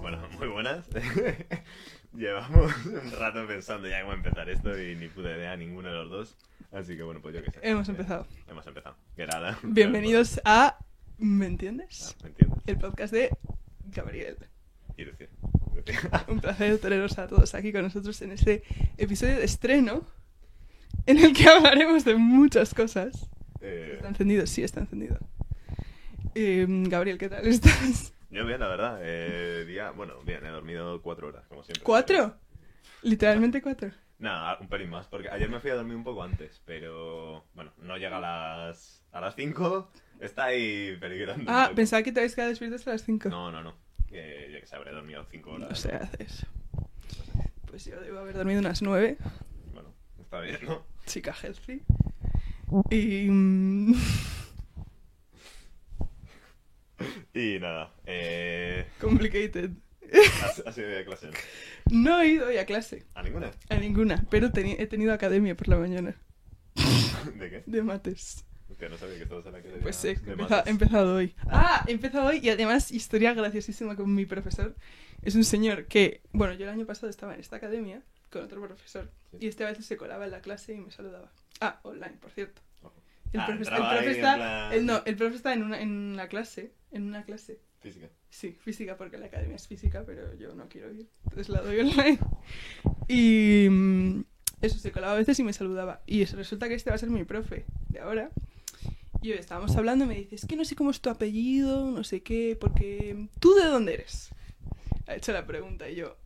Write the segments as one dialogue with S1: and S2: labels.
S1: Bueno, muy buenas. Llevamos un rato pensando ya cómo empezar esto y ni puta idea ninguno de los dos. Así que bueno, pues yo qué sé.
S2: Hemos
S1: Eh,
S2: empezado.
S1: Hemos empezado. Que nada. Ah,
S2: Bienvenidos a ¿Me entiendes?
S1: ¿Me entiendes?
S2: El podcast de Gabriel.
S1: Y Lucía.
S2: Un placer teneros a todos aquí con nosotros en este episodio de estreno en el que hablaremos de muchas cosas.
S1: Eh,
S2: ¿Está encendido? Sí, está encendido. Eh, Gabriel, ¿qué tal estás?
S1: yo bien, la verdad. Eh, día, bueno, bien, he dormido cuatro horas, como siempre.
S2: ¿Cuatro? Literalmente cuatro.
S1: Nada, un pelín más, porque ayer me fui a dormir un poco antes, pero bueno, no llega a las a las 5, está ahí peligrando. un
S2: Ah,
S1: poco.
S2: pensaba que te habías quedado despierto hasta las cinco.
S1: No, no, no. Eh, yo que sé, habré dormido 5 horas.
S2: No se hace eso. Pues yo debo haber dormido unas nueve.
S1: Bueno, está bien, ¿no?
S2: chica healthy. Y. mm,
S1: Y nada, eh,
S2: complicated.
S1: ha, ha sido de clase. ¿no?
S2: No he ido hoy a clase,
S1: ¿A ninguna?
S2: a ninguna, pero teni- he tenido academia por la mañana
S1: ¿De qué?
S2: de mates.
S1: Hostia, no sabía que estabas en la que
S2: Pues sí, he
S1: de
S2: empeza-
S1: mates.
S2: he empezado hoy. Ah, he empezado hoy y además historia graciosísima con mi profesor. Es un señor que, bueno, yo el año pasado estaba en esta academia con otro profesor
S1: Sí.
S2: y esta vez se colaba en la clase y me saludaba. Ah, online, por cierto.
S1: Ojo.
S2: El
S1: Ah,
S2: profe, el
S1: entraba ahí
S2: profe
S1: en
S2: está,
S1: plan-
S2: el- no, el profe está en una, en una clase, en una clase
S1: Física.
S2: Sí, física, porque la academia es física, pero yo no quiero ir. Entonces la doy online. Y mm, eso, se colaba a veces y me saludaba. Y eso, resulta que este va a ser mi profe de ahora. Y hoy estábamos hablando y me dice, es que no sé cómo es tu apellido, no sé qué, porque... ¿Tú de dónde eres? Ha hecho la pregunta y yo...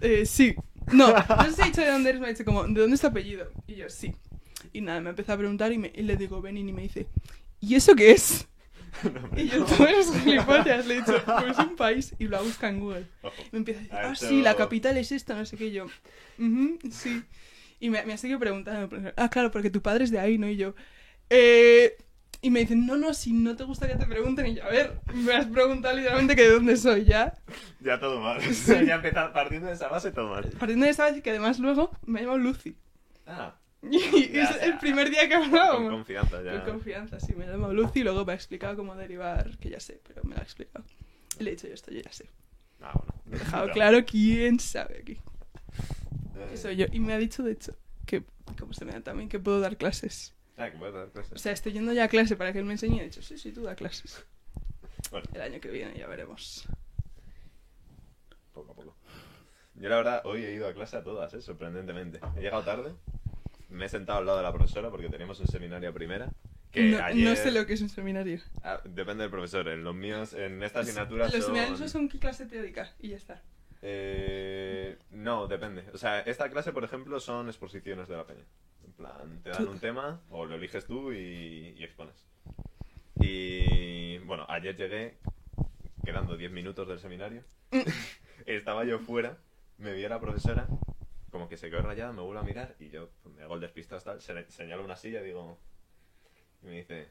S2: "Eh, sí. No, no sé si ha dicho de dónde eres, me ha dicho como, ¿de dónde es tu apellido? Y yo, sí. Y nada, me empezó a preguntar y, me- y le digo, Benin, y me dice, ¿y eso qué es?
S1: No, hombre,
S2: Y yo,
S1: no.
S2: tú eres gilipollas, le he dicho, pues un país y lo ha buscado en Google.
S1: Ojo.
S2: Me empieza a decir,
S1: Ah,
S2: ah,
S1: esto-
S2: sí, la capital es esta, no sé qué, y yo, "Ujú, sí. Y me, me ha seguido preguntando, pero, ah, claro, porque tu padre es de ahí, ¿no? Y yo, eh... Y me dicen, no, no, si no te gusta que te pregunten, y yo, a ver, me has preguntado literalmente que de dónde soy, ya.
S1: Ya todo mal.
S2: Sí.
S1: ya empezar partiendo de esa base todo mal.
S2: Partiendo de esa vez que además luego me llamo Lucy.
S1: Ah,
S2: Y,
S1: Ya,
S2: es el
S1: ya.
S2: primer día que
S1: con
S2: hablábamos.
S1: confianza ya.
S2: Con confianza, sí, me llamo Lucy y luego me ha explicado cómo derivar, que ya sé, pero me lo ha explicado. Y le he dicho yo esto, yo ya sé.
S1: Ah, bueno.
S2: He dejado claro quién sabe aquí.
S1: Eh,
S2: Que soy yo. Y me ha dicho, de hecho, que, como se me da también, que puedo dar clases.
S1: Ah, que puedes dar clases.
S2: O sea, estoy yendo ya a clase para que él me enseñe. De hecho, sí, sí, tú da clases.
S1: Bueno.
S2: El año que viene ya veremos.
S1: Poco a poco. Yo la verdad, hoy he ido a clase a todas, ¿eh? sorprendentemente. He llegado tarde, me he sentado al lado de la profesora porque teníamos un seminario a primera. Que
S2: no,
S1: ayer...
S2: no sé lo que es un seminario.
S1: Ah, depende del profesor, en los míos, en esta asignatura
S2: Los
S1: son...
S2: seminarios son qué clase teórica y ya está.
S1: Eh, no, depende. O sea, esta clase, por ejemplo, son exposiciones de la peña. En plan, te dan
S2: Tú-
S1: un tema o lo eliges tú y, y expones. Y bueno, ayer llegué, quedando 10 minutos del seminario, estaba yo fuera, me vio la profesora, como que se quedó rayada, me vuelve a mirar y yo pues, me hago el despistado, tal, se- señalo una silla y digo... Y me dice...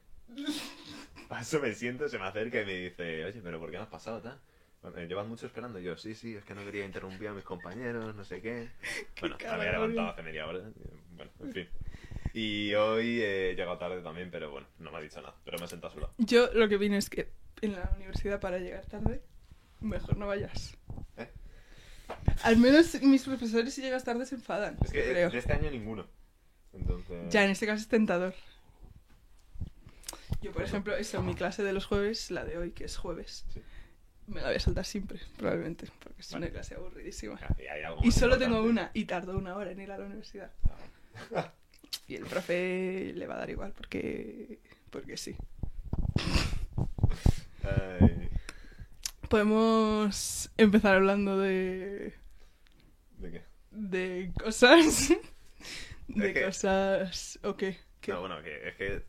S1: Paso, me siento, se me acerca y me dice, oye, pero ¿por qué me has pasado tal? Bueno, eh, Llevas mucho esperando. Y yo, sí, sí, es que no quería interrumpir a mis compañeros, no sé qué. Bueno, me había
S2: cabrón.
S1: levantado hace media hora. eh, Bueno, en fin. Y hoy he llegado tarde también, pero bueno, no me ha dicho nada. Pero me he sentado a su lado.
S2: Yo lo que vine es que en la universidad para llegar tarde, mejor no vayas.
S1: ¿Eh?
S2: Al menos mis profesores si llegas tarde se enfadan.
S1: Es que
S2: creo.
S1: de este año ninguno. Entonces.
S2: Ya, en este caso es tentador. Yo, por ejemplo, eso, mi clase de los jueves, la de hoy, que es jueves,
S1: Sí.
S2: me la voy a saltar siempre, probablemente, porque es
S1: Vale.
S2: una clase aburridísima.
S1: Ah, y hay algo
S2: Y
S1: más
S2: solo tengo
S1: importante.
S2: una, y tardo una hora en ir a la universidad.
S1: Ah,
S2: Y el profe le va a dar igual, porque, porque sí.
S1: ay,
S2: Podemos empezar hablando de,
S1: ¿De qué?
S2: de cosas.
S1: ¿De
S2: De
S1: qué?
S2: cosas... ¿O qué? ¿Qué?
S1: No, bueno, que es que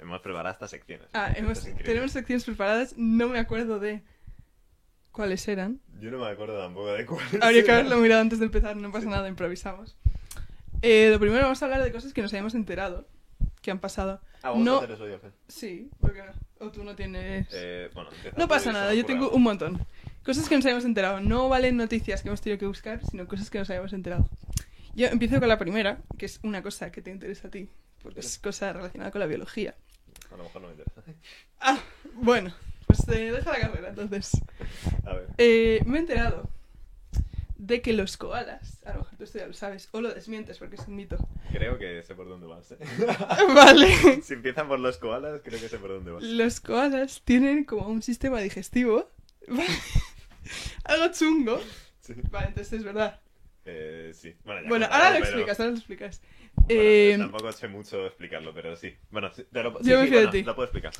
S1: hemos preparado estas secciones.
S2: Ah,
S1: Esto
S2: hemos,
S1: es increíble.
S2: tenemos secciones preparadas, no me acuerdo de cuáles eran.
S1: Yo no me acuerdo tampoco de cuál.
S2: Habría que
S1: era.
S2: haberlo mirado antes de empezar, no pasa
S1: Sí.
S2: nada, improvisamos. Eh, lo primero vamos a hablar de cosas que nos hayamos enterado, que han pasado.
S1: Ah, vamos
S2: No.
S1: a hacer eso yo, Fer.
S2: Sí, ¿por qué no? O tú no tienes...
S1: Eh, bueno, empieza
S2: no
S1: tú y se
S2: pasa
S1: me
S2: nada, yo
S1: ocurre
S2: tengo
S1: algo.
S2: un montón. Cosas que nos hayamos enterado. No valen noticias que hemos tenido que buscar, sino cosas que nos hayamos enterado. Yo empiezo con la primera, que es una cosa que te interesa a ti, porque es cosa relacionada con la biología.
S1: A lo mejor no me interesa.
S2: Ah, bueno, pues te deja la carrera entonces.
S1: A ver.
S2: Eh, me he enterado de que los koalas, a lo mejor tú esto ya lo sabes, o lo desmientes porque es un mito.
S1: Creo que sé por dónde vas. ¿eh?
S2: vale.
S1: si empiezan por los koalas, creo que sé por dónde vas.
S2: Los koalas tienen como un sistema digestivo. ¿vale? Algo chungo.
S1: Sí.
S2: Vale, entonces es verdad.
S1: Eh, sí. Bueno, ya
S2: Bueno,
S1: contaré,
S2: ahora lo
S1: pero-
S2: explicas, ahora lo explicas.
S1: bueno,
S2: Eh,
S1: Tampoco sé mucho explicarlo, pero sí. Bueno, sí, te lo,
S2: Yo
S1: sí,
S2: me
S1: sí,
S2: fío de
S1: bueno,
S2: ti.
S1: lo puedo explicar.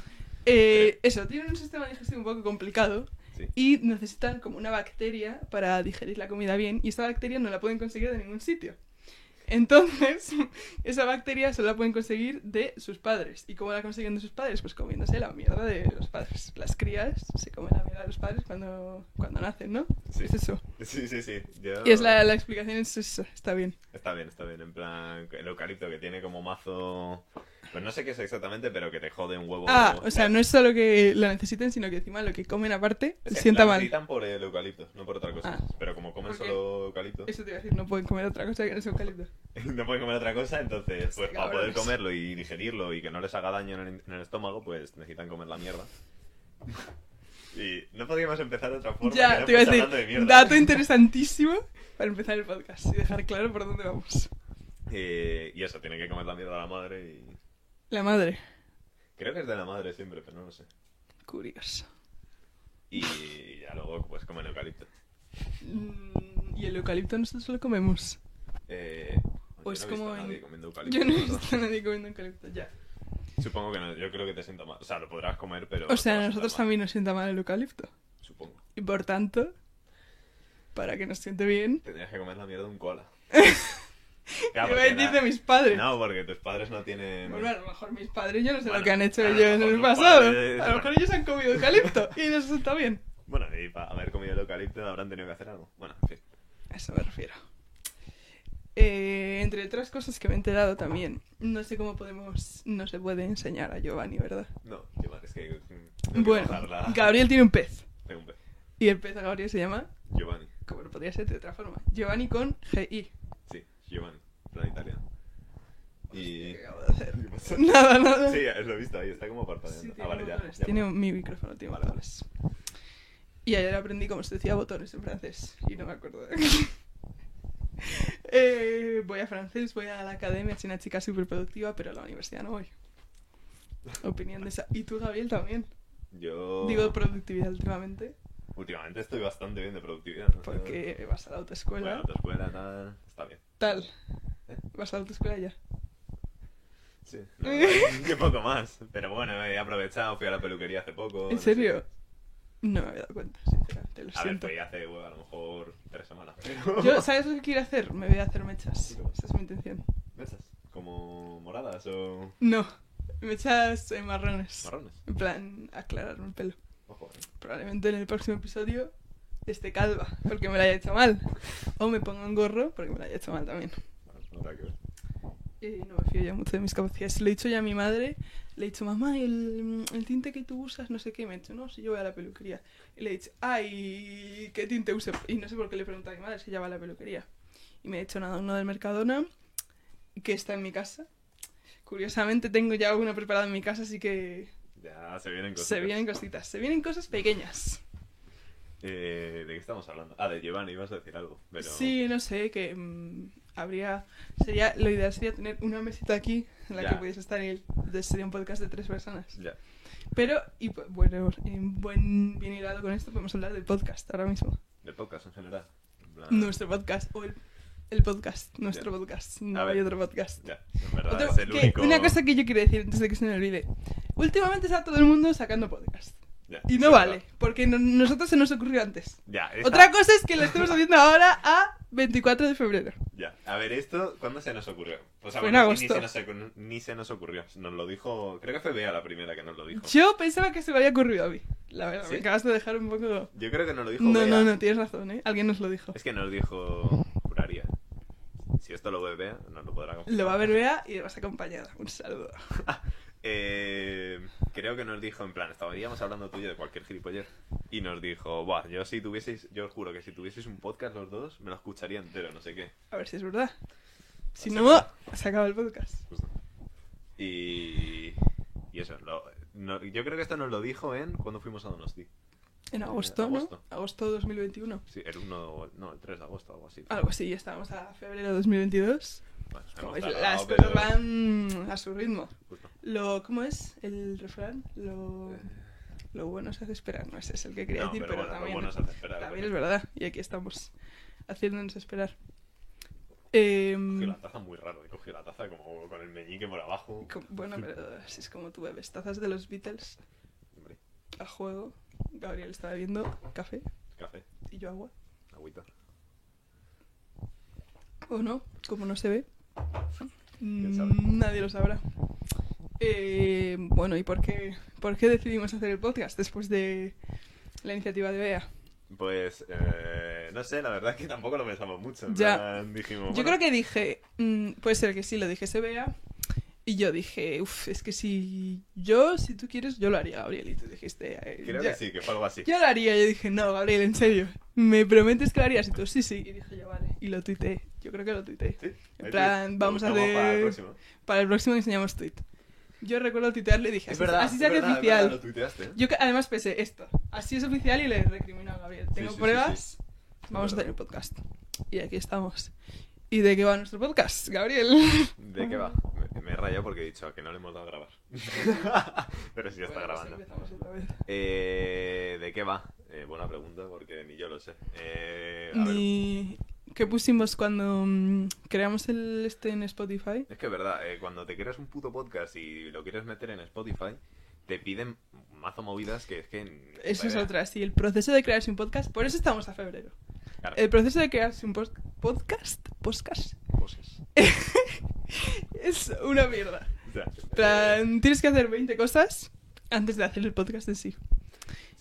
S2: eh, eso, tienen un sistema digestivo un poco complicado
S1: Sí.
S2: y necesitan como una bacteria para digerir la comida bien y esta bacteria no la pueden conseguir de ningún sitio. Entonces, esa bacteria solo la pueden conseguir de sus padres. ¿Y cómo la consiguen de sus padres? Pues comiéndose la mierda de los padres. Las crías se comen la mierda de los padres cuando, cuando nacen, ¿no?
S1: Sí.
S2: Este
S1: Ah.
S2: Es eso.
S1: Sí, sí, sí. Yo-
S2: Y es la, la explicación, es eso, está bien.
S1: Está bien, está bien. En plan, el eucalipto que tiene como mazo. Pues no sé qué es exactamente, pero que te jode un huevo.
S2: Ah, o sea, no es solo que la necesiten, sino que encima lo que comen aparte
S1: Es que
S2: sienta
S1: la
S2: mal.
S1: necesitan por el eucalipto, no por otra cosa.
S2: Ah.
S1: Pero como comen
S2: Porque-
S1: solo eucalipto,
S2: Eso te iba a decir, no pueden comer otra cosa que no sea eucalipto.
S1: no pueden comer otra cosa, entonces, pues
S2: Sí,
S1: para poder
S2: cabrones.
S1: comerlo y digerirlo y que no les haga daño en el, en el estómago, pues necesitan comer la mierda. Y no podíamos empezar de otra forma. que
S2: Ya,
S1: no
S2: te iba a
S1: fuese hablando de
S2: decir,
S1: mierda.
S2: dato interesantísimo para empezar el podcast y dejar claro por dónde vamos.
S1: Eh, y eso, tiene que comer la mierda a la madre y.
S2: La madre,
S1: Creo que es de la madre siempre, pero no lo sé.
S2: curioso.
S1: Y ya luego, pues comen eucalipto.
S2: Mm, Y el eucalipto nosotros lo comemos.
S1: Eh,
S2: O es
S1: yo no he visto
S2: Pues como
S1: a
S2: en-
S1: nadie comiendo eucalipto,
S2: Yo no he
S1: la verdad.
S2: visto a nadie comiendo eucalipto, ya.
S1: Supongo que no, yo creo que te sienta mal. O sea, lo podrás comer, pero.
S2: O sea,
S1: te
S2: a
S1: va a
S2: nosotros
S1: sentar mal,
S2: también nos sienta mal el eucalipto.
S1: Supongo.
S2: Y por tanto, para que nos siente bien,
S1: Tendrías que comer la mierda de un koala.
S2: te
S1: Claro,
S2: voy a
S1: porque
S2: decir
S1: na-
S2: de mis padres. Pues
S1: No, porque tus padres no tienen.
S2: Bueno, a lo mejor mis padres, yo no sé
S1: Bueno,
S2: lo que han hecho
S1: a lo
S2: ellos en
S1: mejor
S2: el
S1: tus
S2: pasado.
S1: padres-
S2: A lo mejor ellos han comido eucalipto y eso está bien.
S1: Bueno, y para haber comido el eucalipto habrán tenido que hacer algo. Bueno, en fin.
S2: A eso me refiero. Eh, entre otras cosas que me he enterado también, no sé cómo podemos, no se puede enseñar a Giovanni, ¿verdad?
S1: No, qué mal, es que. mm, no quiero
S2: Bueno,
S1: pasarla.
S2: Gabriel tiene un pez.
S1: Tengo un pez.
S2: Y el pez de Gabriel se llama,
S1: Giovanni.
S2: como lo podría ser de otra forma, Giovanni con GI.
S1: Sí, Giovanni. Plan italiano. Y.
S2: ¿Qué acabo de hacer?
S1: ¿Qué pasa?
S2: Nada, nada.
S1: Sí, lo he visto ahí, está como parpadeando.
S2: Sí,
S1: ah,
S2: tiene
S1: vale, ya.
S2: botones.
S1: ya
S2: Tiene
S1: puedo.
S2: un- mi micrófono, tiene
S1: Vale, vale.
S2: botones. Y ayer aprendí cómo se decía botones en francés. Y no me acuerdo. Eh, voy a francés, voy a la academia, soy una chica súper productiva, pero a la universidad no voy. Opinión de esa. Y tú, Gabriel, también.
S1: Yo.
S2: Digo productividad últimamente,
S1: Últimamente estoy bastante bien de productividad. ¿no?
S2: porque vas a la autoescuela.
S1: Bueno, tu escuela tal. Está bien.
S2: Tal.
S1: ¿Eh?
S2: Vas a la autoescuela ya.
S1: Sí. la verdad, que poco más. Pero bueno, he aprovechado, fui a la peluquería hace poco.
S2: ¿En
S1: Oh, no sé
S2: serio?
S1: qué.
S2: No me había dado cuenta, sinceramente, lo
S1: A ver, pues
S2: siento.
S1: fui hace bueno, a lo mejor tres semanas. Pero...
S2: Yo, ¿Sabes lo que quiero hacer? Me voy a hacer mechas. Esa es mi intención.
S1: ¿Mechas? ¿Como moradas o
S2: No, mechas eh, marrones.
S1: marrones?
S2: En plan, aclararme el pelo.
S1: Ojo, ¿eh?
S2: Probablemente en el próximo episodio esté calva, porque me la haya hecho mal. O me ponga un gorro, porque me la haya hecho mal también.
S1: Bueno, habrá que ver.
S2: Eh, no me fío ya mucho de mis capacidades. Le he dicho ya a mi madre, le he dicho, mamá, el, el tinte que tú usas, no sé qué, y me ha dicho, no, si yo voy a la peluquería. Y le he dicho, ay, ¿qué tinte uso? Y no sé por qué le he preguntado a mi madre si ella va a la peluquería. Y me ha dicho, nada, uno del Mercadona, que está en mi casa. Curiosamente tengo ya uno preparado en mi casa, así que
S1: Ya se vienen cosas.
S2: se vienen cositas, se vienen cosas pequeñas.
S1: Eh, ¿De qué estamos hablando? Ah, de Giovanni, ibas a decir algo. Pero...
S2: Sí, no sé, que mm, habría... sería Lo ideal sería tener una mesita aquí en la que
S1: Ya.
S2: pudiese estar él. Entonces sería un podcast de tres personas.
S1: Ya.
S2: Pero, y bu- bueno, en buen, bien hilado con esto, podemos hablar del podcast ahora mismo.
S1: De podcast en general. En plan-
S2: Nuestro podcast, o el, el podcast, nuestro
S1: Ah. Ya.
S2: podcast,
S1: A
S2: no
S1: ver.
S2: hay otro podcast.
S1: Ya, en verdad
S2: Otro-
S1: es el
S2: que-
S1: único...
S2: Una cosa que yo quiero decir antes de que se me olvide. Últimamente está todo el mundo sacando podcast.
S1: Ya,
S2: Y
S1: es
S2: no
S1: verdad.
S2: vale, porque no- nosotros se nos ocurrió antes.
S1: Ya, esta-
S2: Otra cosa es que lo estemos haciendo ahora a 24 de febrero.
S1: Ya, a ver, esto, ¿cuándo se nos ocurrió? Pues O sea,
S2: Fue en
S1: bueno,
S2: agosto.
S1: Ni se, nos, ni se nos ocurrió. Nos lo dijo, creo que fue Bea la primera que nos lo dijo. Yo,
S2: Yo pensaba que se me había ocurrido a mí. La verdad,
S1: ¿Sí?
S2: me acabas de dejar un poco...
S1: creo que nos lo dijo
S2: No,
S1: Bea.
S2: no, no, tienes razón, ¿eh? Alguien nos lo dijo.
S1: Es que nos dijo, juraría. Si esto lo ve Bea, nos lo podrá confirmar.
S2: Lo va a ver Bea y le vas acompañada. Un saludo.
S1: Eh, creo que nos dijo, en plan, estaríamos hablando tuyo de cualquier gilipollez. Y nos dijo, buah, yo si tuvieseis, yo os juro que si tuvieseis un podcast los dos, me lo escucharía entero, no sé qué.
S2: A ver si es verdad. Si
S1: Se
S2: no,
S1: acaba.
S2: se acaba el podcast.
S1: Justo. Y, y eso, lo- no- yo creo que esto nos lo dijo en cuando fuimos a Donosti.
S2: En agosto,
S1: agosto.
S2: ¿no? Agosto 2021.
S1: Sí, el 1, no, el 3 de agosto o algo así.
S2: Algo así, ya estábamos a febrero 2022.
S1: Bueno, hemos
S2: Como veis,
S1: tardado,
S2: las
S1: pero-
S2: cosas van a su ritmo.
S1: justo.
S2: Lo, ¿Cómo es el refrán? Lo, lo bueno se hace esperar. No ese es el que quería
S1: No,
S2: decir,
S1: pero
S2: pero,
S1: bueno, lo
S2: también,
S1: bueno se hace esperar,
S2: también
S1: coño.
S2: es verdad. Y aquí estamos haciéndonos esperar. Eh,
S1: Cogí la taza muy raro, he cogido la taza como con el meñique por abajo.
S2: com- bueno, pero así es como tú bebes. Tazas de los Beatles
S1: Hombre,
S2: a juego. Gabriel estaba bebiendo café
S1: café,
S2: y yo agua.
S1: agüita.
S2: O no, como no se ve.
S1: ¿Quién sabe?
S2: mm, Nadie lo sabrá. Eh, bueno, ¿y por qué, por qué decidimos hacer el podcast después de la iniciativa de Bea?
S1: Pues, eh, no sé, la verdad es que tampoco lo pensamos mucho. en
S2: Ya.
S1: plan, dijimos,
S2: Yo
S1: bueno,
S2: creo que dije, mm, puede ser que sí, lo dijese Bea. Y yo dije, uff, es que si yo, si tú quieres, yo lo haría, Gabriel. Y tú dijiste, eh,
S1: Creo
S2: ya-
S1: que sí, que fue algo así.
S2: Yo lo haría. Yo dije, no, Gabriel, en serio. ¿Me prometes que lo harías? Y tú, sí, sí. Y dije, ya vale. Y lo tuiteé. Yo creo que lo tuiteé.
S1: Sí, ahí
S2: plan,
S1: sí, lo
S2: vamos a
S1: buscamos para el
S2: hacer-
S1: próximo.
S2: Para el próximo diseñamos tweet. Yo recuerdo tuitearle y dije,
S1: Es
S2: así,
S1: verdad,
S2: así
S1: es
S2: se hace
S1: verdad, es
S2: oficial.
S1: verdad, lo tuiteaste, ¿eh?
S2: Yo que- además pensé esto, así es oficial y le recrimino a Gabriel. Tengo
S1: sí, sí,
S2: pruebas,
S1: sí.
S2: vamos a
S1: verdad.
S2: hacer el podcast. Y aquí estamos. ¿Y de qué va nuestro podcast, Gabriel?
S1: ¿De qué va? Me, me he rayado porque he dicho que no le hemos dado a grabar. Pero sí está
S2: Bueno, pues
S1: grabando.
S2: empezamos otra vez.
S1: Eh, ¿De qué va? Eh, buena pregunta porque ni yo lo sé. Eh, a ver,
S2: Ni- ¿Qué pusimos cuando mm, creamos el este en Spotify?
S1: Es que es verdad, eh, cuando te creas un puto podcast y lo quieres meter en Spotify, te piden mazo movidas que es que... ni puta
S2: Eso es
S1: idea.
S2: otra, sí, el proceso de crearse un podcast, por eso estamos a febrero.
S1: Claro,
S2: El proceso de crearse un pos- podcast, podcast
S1: cosas.
S2: es una mierda.
S1: O sea, eh,
S2: plan, tienes que hacer 20 cosas antes de hacer el podcast en sí.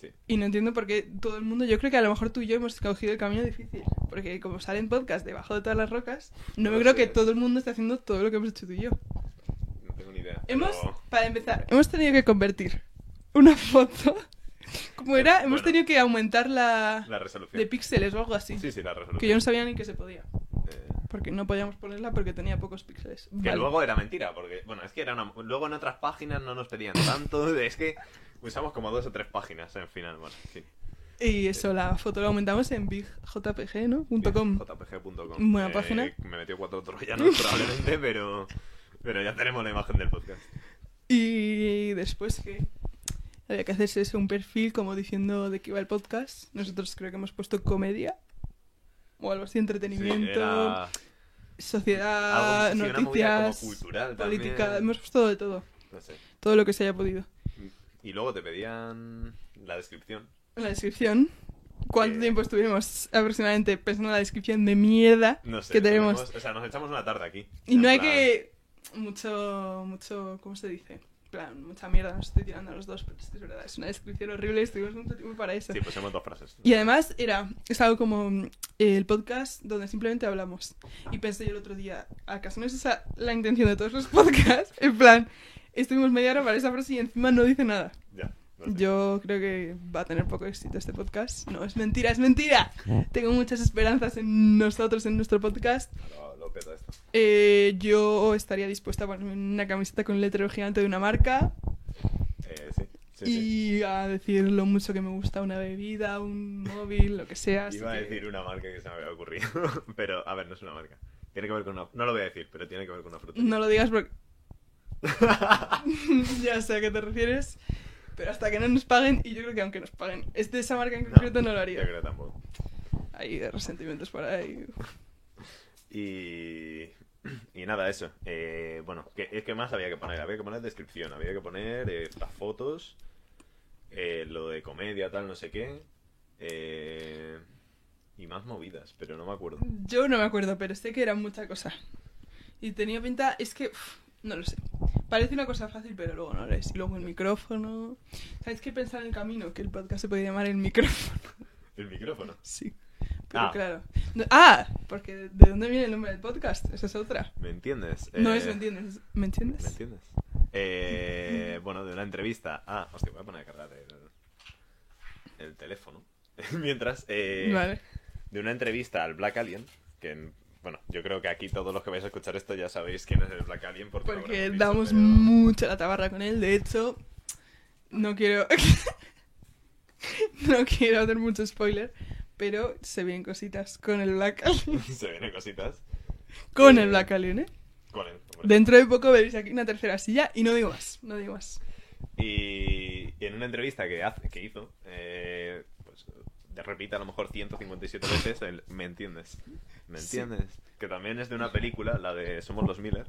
S1: sí.
S2: Y no entiendo por qué todo el mundo, yo creo que a lo mejor tú y yo hemos cogido el camino difícil, porque como salen podcasts debajo de todas las rocas, no
S1: No
S2: me
S1: lo
S2: creo
S1: sé.
S2: que todo el mundo esté haciendo todo lo que hemos hecho tú y yo.
S1: No tengo ni idea.
S2: Hemos,
S1: pero-
S2: para empezar, hemos tenido que convertir una foto, como
S1: Eh,
S2: era, hemos
S1: bueno.
S2: tenido que aumentar la,
S1: La resolución.
S2: de píxeles o algo así,
S1: Sí, sí, la resolución.
S2: que yo no sabía ni que se podía,
S1: Eh,
S2: porque no podíamos ponerla porque tenía pocos píxeles.
S1: Que
S2: Vale.
S1: luego era mentira, porque, bueno, es que era una... Luego en otras páginas no nos pedían tanto, es que usamos como dos o tres páginas en final, bueno, sí.
S2: Y eso, la foto la aumentamos en bigjpg, ¿no? Punto com.
S1: jpg.com.
S2: Buena página.
S1: Eh, Me metió cuatro troyanos probablemente, pero, pero ya tenemos la imagen del podcast.
S2: Y después que había que hacerse eso, un perfil como diciendo de qué iba el podcast. Nosotros creo que hemos puesto comedia o algo así, entretenimiento,
S1: Sí, era
S2: sociedad,
S1: algo- sí, una movida
S2: noticias,
S1: como cultural también.
S2: política. Hemos puesto de todo,
S1: No sé.
S2: todo lo que se haya podido.
S1: Y luego te pedían la descripción.
S2: En la descripción, ¿cuánto
S1: Eh,
S2: tiempo estuvimos aproximadamente pensando en la descripción de mierda
S1: No sé.
S2: que tenemos?
S1: O sea, nos echamos una tarde aquí.
S2: Y
S1: En
S2: no hay
S1: plan,
S2: que. Mucho. mucho ¿Cómo se dice? En plan, mucha mierda, nos estoy tirando a los dos, pero es que es verdad, es una descripción horrible, estuvimos mucho tiempo para eso.
S1: Sí, pusimos dos frases.
S2: Y además era, es algo como mm, el podcast donde simplemente hablamos. Y pensé yo el otro día, ¿acaso no es esa la intención de todos los podcasts? En plan, estuvimos media hora para esa frase y encima no dice nada.
S1: Ya. no sé.
S2: Yo creo que va a tener poco éxito este podcast. No, es mentira, es mentira. Tengo muchas esperanzas en nosotros, en nuestro podcast.
S1: Lo, lo peta esto.
S2: Eh, yo estaría dispuesta a ponerme una camiseta con letrero gigante de una marca
S1: Eh, sí. Sí,
S2: y
S1: sí.
S2: a decir lo mucho que me gusta una bebida, un móvil, lo que sea. así
S1: Iba a
S2: que-
S1: decir una marca que se me había ocurrido. pero, a ver, no es una marca. Tiene que ver con una. No lo voy a decir, pero tiene que ver con una fruta.
S2: No lo digas porque ya sé a qué te refieres. Pero hasta que no nos paguen, y yo creo que aunque nos paguen, es de esa marca en concreto no, lo
S1: Yo
S2: haría.
S1: creo tampoco.
S2: Hay resentimientos por ahí.
S1: Y. Y nada, eso. Eh, bueno, ¿qué, es que más había que poner. Había que poner descripción, había que poner eh, las fotos, eh, lo de comedia, tal, no sé qué. eh, y más movidas, pero no me acuerdo.
S2: Yo no me acuerdo, pero sé que era mucha cosa. Y tenía pinta, es que, uf, no lo sé. Parece una cosa fácil, pero luego no lo es. Y luego el micrófono. ¿Sabes qué pensar en el camino? Que el podcast se puede llamar el micrófono.
S1: El micrófono.
S2: Sí. Pero
S1: Ah.
S2: claro. No- ah, porque ¿de de dónde viene el nombre del podcast? Esa es otra.
S1: ¿Me entiendes?
S2: No
S1: Eh,
S2: es, ¿me entiendes? es- ¿Me entiendes?
S1: ¿Me entiendes? Eh, bueno, de una entrevista. Ah, hostia, voy a poner a cargar el, el teléfono. Mientras, eh,
S2: Vale.
S1: de una entrevista al Black Alien, que en- bueno, Bueno, yo creo que aquí todos los que vais a escuchar esto ya sabéis quién es el Black Alien porque, lo
S2: Porque
S1: habremos visto,
S2: damos
S1: pero-
S2: mucha la tabarra con él. De hecho, no quiero. no quiero hacer mucho spoiler, pero se ven cositas con el Black Alien.
S1: Se vienen cositas.
S2: Con
S1: Eh,
S2: el Black Alien, ¿eh?
S1: Con él, hombre.
S2: Dentro de poco veréis aquí una tercera silla y no digo más, no digo más.
S1: Y, y en una entrevista que, hace- que hizo, eh, pues te repite a lo mejor 157 veces el ¿me entiendes? ¿Me
S2: Sí.
S1: entiendes? Que también es de una película, la de Somos los Miller.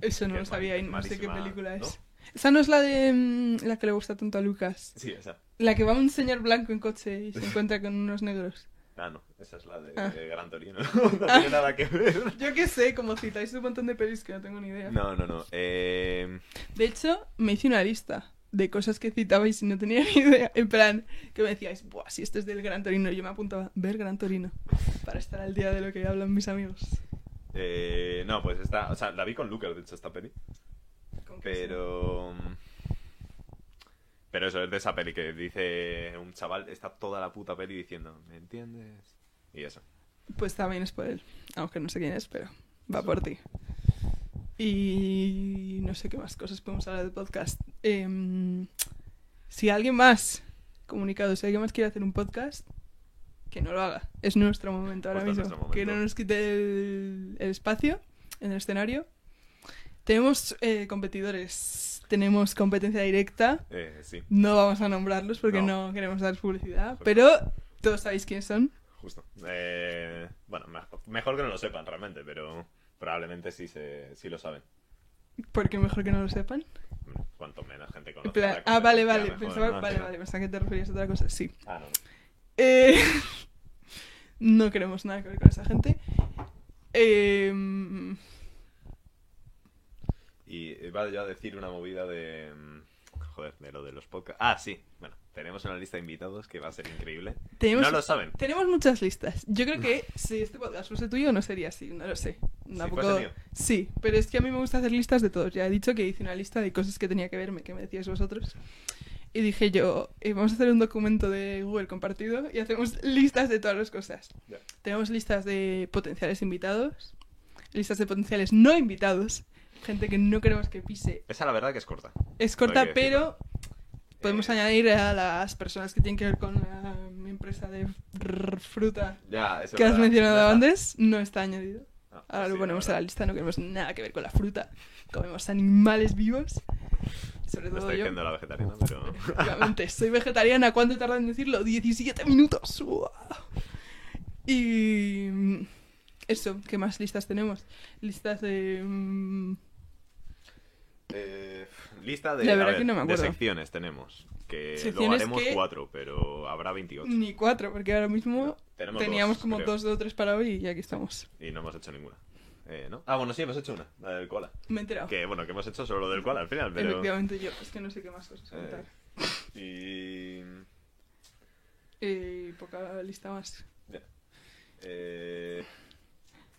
S2: Eso no
S1: Que
S2: lo
S1: es mal-
S2: sabía y
S1: es
S2: no sé qué
S1: malísima,
S2: película
S1: ¿no?
S2: es. Esa no es la de mm, la que le gusta tanto a Lucas.
S1: Sí, esa.
S2: La que va un señor blanco en coche y se encuentra con unos negros.
S1: Ah, no, esa es la de,
S2: Ah.
S1: de Gran Torino. no tiene nada que ver.
S2: Yo qué sé, como citáis un montón de pelis que no tengo ni idea.
S1: No, no, no. Eh,
S2: De hecho, me hice una lista de cosas que citabais y no tenía ni idea. En plan, que me decíais, Buah, si este es del Gran Torino, yo me apuntaba ver Gran Torino para estar al día de lo que hablan mis amigos.
S1: eh, no, pues esta, o sea, la vi con Lucas, de hecho, esta peli.
S2: Con que
S1: Pero. mm, Pero eso es de esa peli que dice un chaval, está toda la puta peli diciendo, ¿me entiendes? Y eso.
S2: sí. Pues también es por él, aunque no sé quién es, pero va por ti. Y no sé qué más cosas podemos hablar del podcast. Em, si alguien más, comunicado, si alguien más quiere hacer un podcast, que no lo haga. Es nuestro momento ahora
S1: Justo Pues es
S2: mismo.
S1: nuestro
S2: Que no
S1: momento.
S2: nos quite el, el espacio en el escenario. Tenemos eh, competidores, tenemos competencia directa.
S1: Eh, sí,
S2: No vamos a nombrarlos porque no,
S1: No. Pues
S2: queremos dar publicidad,
S1: Porque-
S2: pero todos sabéis quiénes son.
S1: justo. Eh, bueno, me- mejor que no lo sepan realmente, pero probablemente sí, se, sí lo saben.
S2: Porque mejor que no lo sepan.
S1: Hombre, Cuanto menos gente
S2: En
S1: conoce.
S2: plan,
S1: la
S2: ah, vale,
S1: competencia,
S2: vale.
S1: mejor,
S2: pensaba,
S1: ¿no?
S2: vale, vale. Pensaba que te referías a otra cosa. Sí.
S1: Ah, no.
S2: Eh, no queremos nada que ver con esa gente. Em,
S1: Y iba yo a decir una movida de. mm, Joder, de lo de los podcasts. Ah, sí. Bueno, tenemos una lista de invitados que va a ser increíble.
S2: tenemos,
S1: No lo saben.
S2: tenemos muchas listas. Yo creo que si este podcast fuese tuyo no sería así, no lo sé. Tampoco-
S1: fuese mío.
S2: sí, pero es que a mí me gusta hacer listas de todos. Ya he dicho que hice una lista de cosas que tenía que verme, que me decíais vosotros. Y dije yo, eh, vamos a hacer un documento de Google compartido y hacemos listas de todas las cosas.
S1: Ya.
S2: Tenemos listas de potenciales invitados, listas de potenciales no invitados, gente que no queremos que pise.
S1: Esa, la verdad, que es corta.
S2: Es corta,
S1: Hay que
S2: pero podemos
S1: Eh,
S2: añadir a las personas que tienen que ver con la mm, empresa de fr- fruta
S1: Ya, eso es
S2: que has
S1: verdad. Ya
S2: mencionado
S1: está.
S2: antes, no está añadido.
S1: Ah,
S2: Ahora lo
S1: sí,
S2: ponemos a
S1: verdad.
S2: la lista, no queremos nada que ver con la fruta. Comemos animales vivos. Sobre
S1: No
S2: todo
S1: estoy
S2: yo.
S1: diciendo la vegetariana, pero.
S2: Efectivamente, soy vegetariana. ¿Cuánto tarda en decirlo? 17 minutos. ¡Wow! Y. mm, Eso, ¿qué más listas tenemos? Listas de. mm,
S1: Eh, lista de,
S2: La
S1: a
S2: verdad
S1: ver,
S2: que no me
S1: de
S2: acuerdo.
S1: secciones tenemos. Que luego
S2: Secciones
S1: haremos
S2: que-
S1: cuatro, pero habrá 28.
S2: Ni cuatro, porque ahora mismo
S1: Tenemos
S2: teníamos
S1: dos,
S2: como
S1: creo.
S2: dos o tres para hoy y aquí estamos.
S1: Y no hemos hecho ninguna. Eh, ¿no? Ah, bueno, sí, hemos hecho una, la del koala.
S2: Me he enterado.
S1: Que bueno, que hemos hecho solo lo del koala al final, pero.
S2: Ah. Efectivamente, yo. Es que no sé qué más cosas
S1: Eh,
S2: contar.
S1: y.
S2: Eh, poca lista más.
S1: ya. Eh,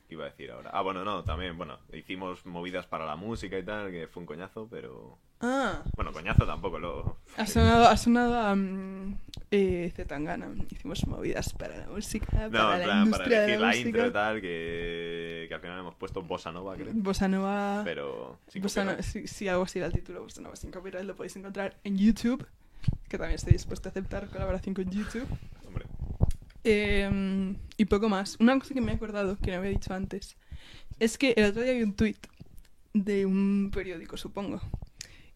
S1: ¿Qué iba a decir ahora? Ah, bueno, no, también, bueno, hicimos movidas para la música y tal, que fue un coñazo, pero.
S2: Ah,
S1: Bueno, coñazo tampoco, lo.
S2: ha sonado, ha sonado a mm, eh, Zetangana. Hicimos movidas para la música,
S1: No,
S2: para
S1: en plan,
S2: la
S1: para
S2: industria de
S1: elegir
S2: la,
S1: la intro y
S2: música.
S1: tal, que, que al final hemos puesto Bossa Nova, creo.
S2: Bossa Nova.
S1: Pero. sin
S2: Bossa
S1: copyright.
S2: Nova- si, si algo así era el título, Bossa Nova sin copyright, lo podéis encontrar en YouTube. Que también estoy dispuesto a aceptar colaboración con YouTube.
S1: Hombre,
S2: Eh, y poco más. Una cosa que me he acordado, que no había dicho antes, es que el otro día vi un tuit de un periódico, supongo,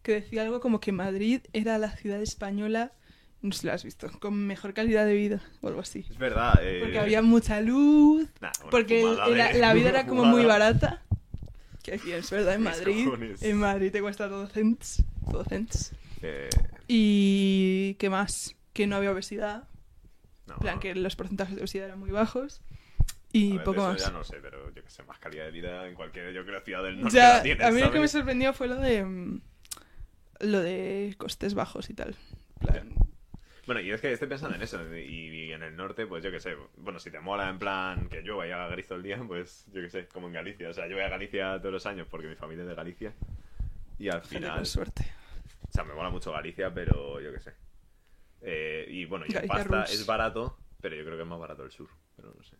S2: que decía algo como que Madrid era la ciudad española, no sé si lo has visto, con mejor calidad de vida o algo así.
S1: es verdad. eh,
S2: Porque había mucha luz,
S1: nah, una
S2: porque el-
S1: fumada
S2: la,
S1: de-
S2: la vida era como
S1: fumada.
S2: muy barata. Que decía, es verdad, en
S1: Mis
S2: Madrid,
S1: cojones.
S2: en Madrid te cuesta todo cents, todo cents.
S1: Eh,
S2: Y qué más, que no había obesidad,
S1: no,
S2: en plan
S1: no.
S2: que los porcentajes de obesidad eran muy bajos
S1: A
S2: y
S1: ver, de
S2: poco
S1: eso
S2: más.
S1: Ya no sé, pero yo que sé, más calidad de vida en cualquier, yo creo, ciudad del norte.
S2: Ya,
S1: la tienes,
S2: a mí lo que me
S1: ¿sabes?
S2: sorprendió fue lo de mm, lo de costes bajos y tal. En plan,
S1: Bueno, y es que estoy pensando en eso. Y, y en el norte, pues yo que sé. Bueno, si te mola en plan que llueva y haga gris todo el día, pues yo que sé, como en Galicia. O sea, yo voy a Galicia todos los años porque mi familia es de Galicia. Y al
S2: gente
S1: final.
S2: con suerte.
S1: O sea, me mola mucho Galicia, pero yo qué sé. Eh, y bueno, y en
S2: Galicia
S1: pasta
S2: rules.
S1: es barato, pero yo creo que es más barato el sur. Pero no sé.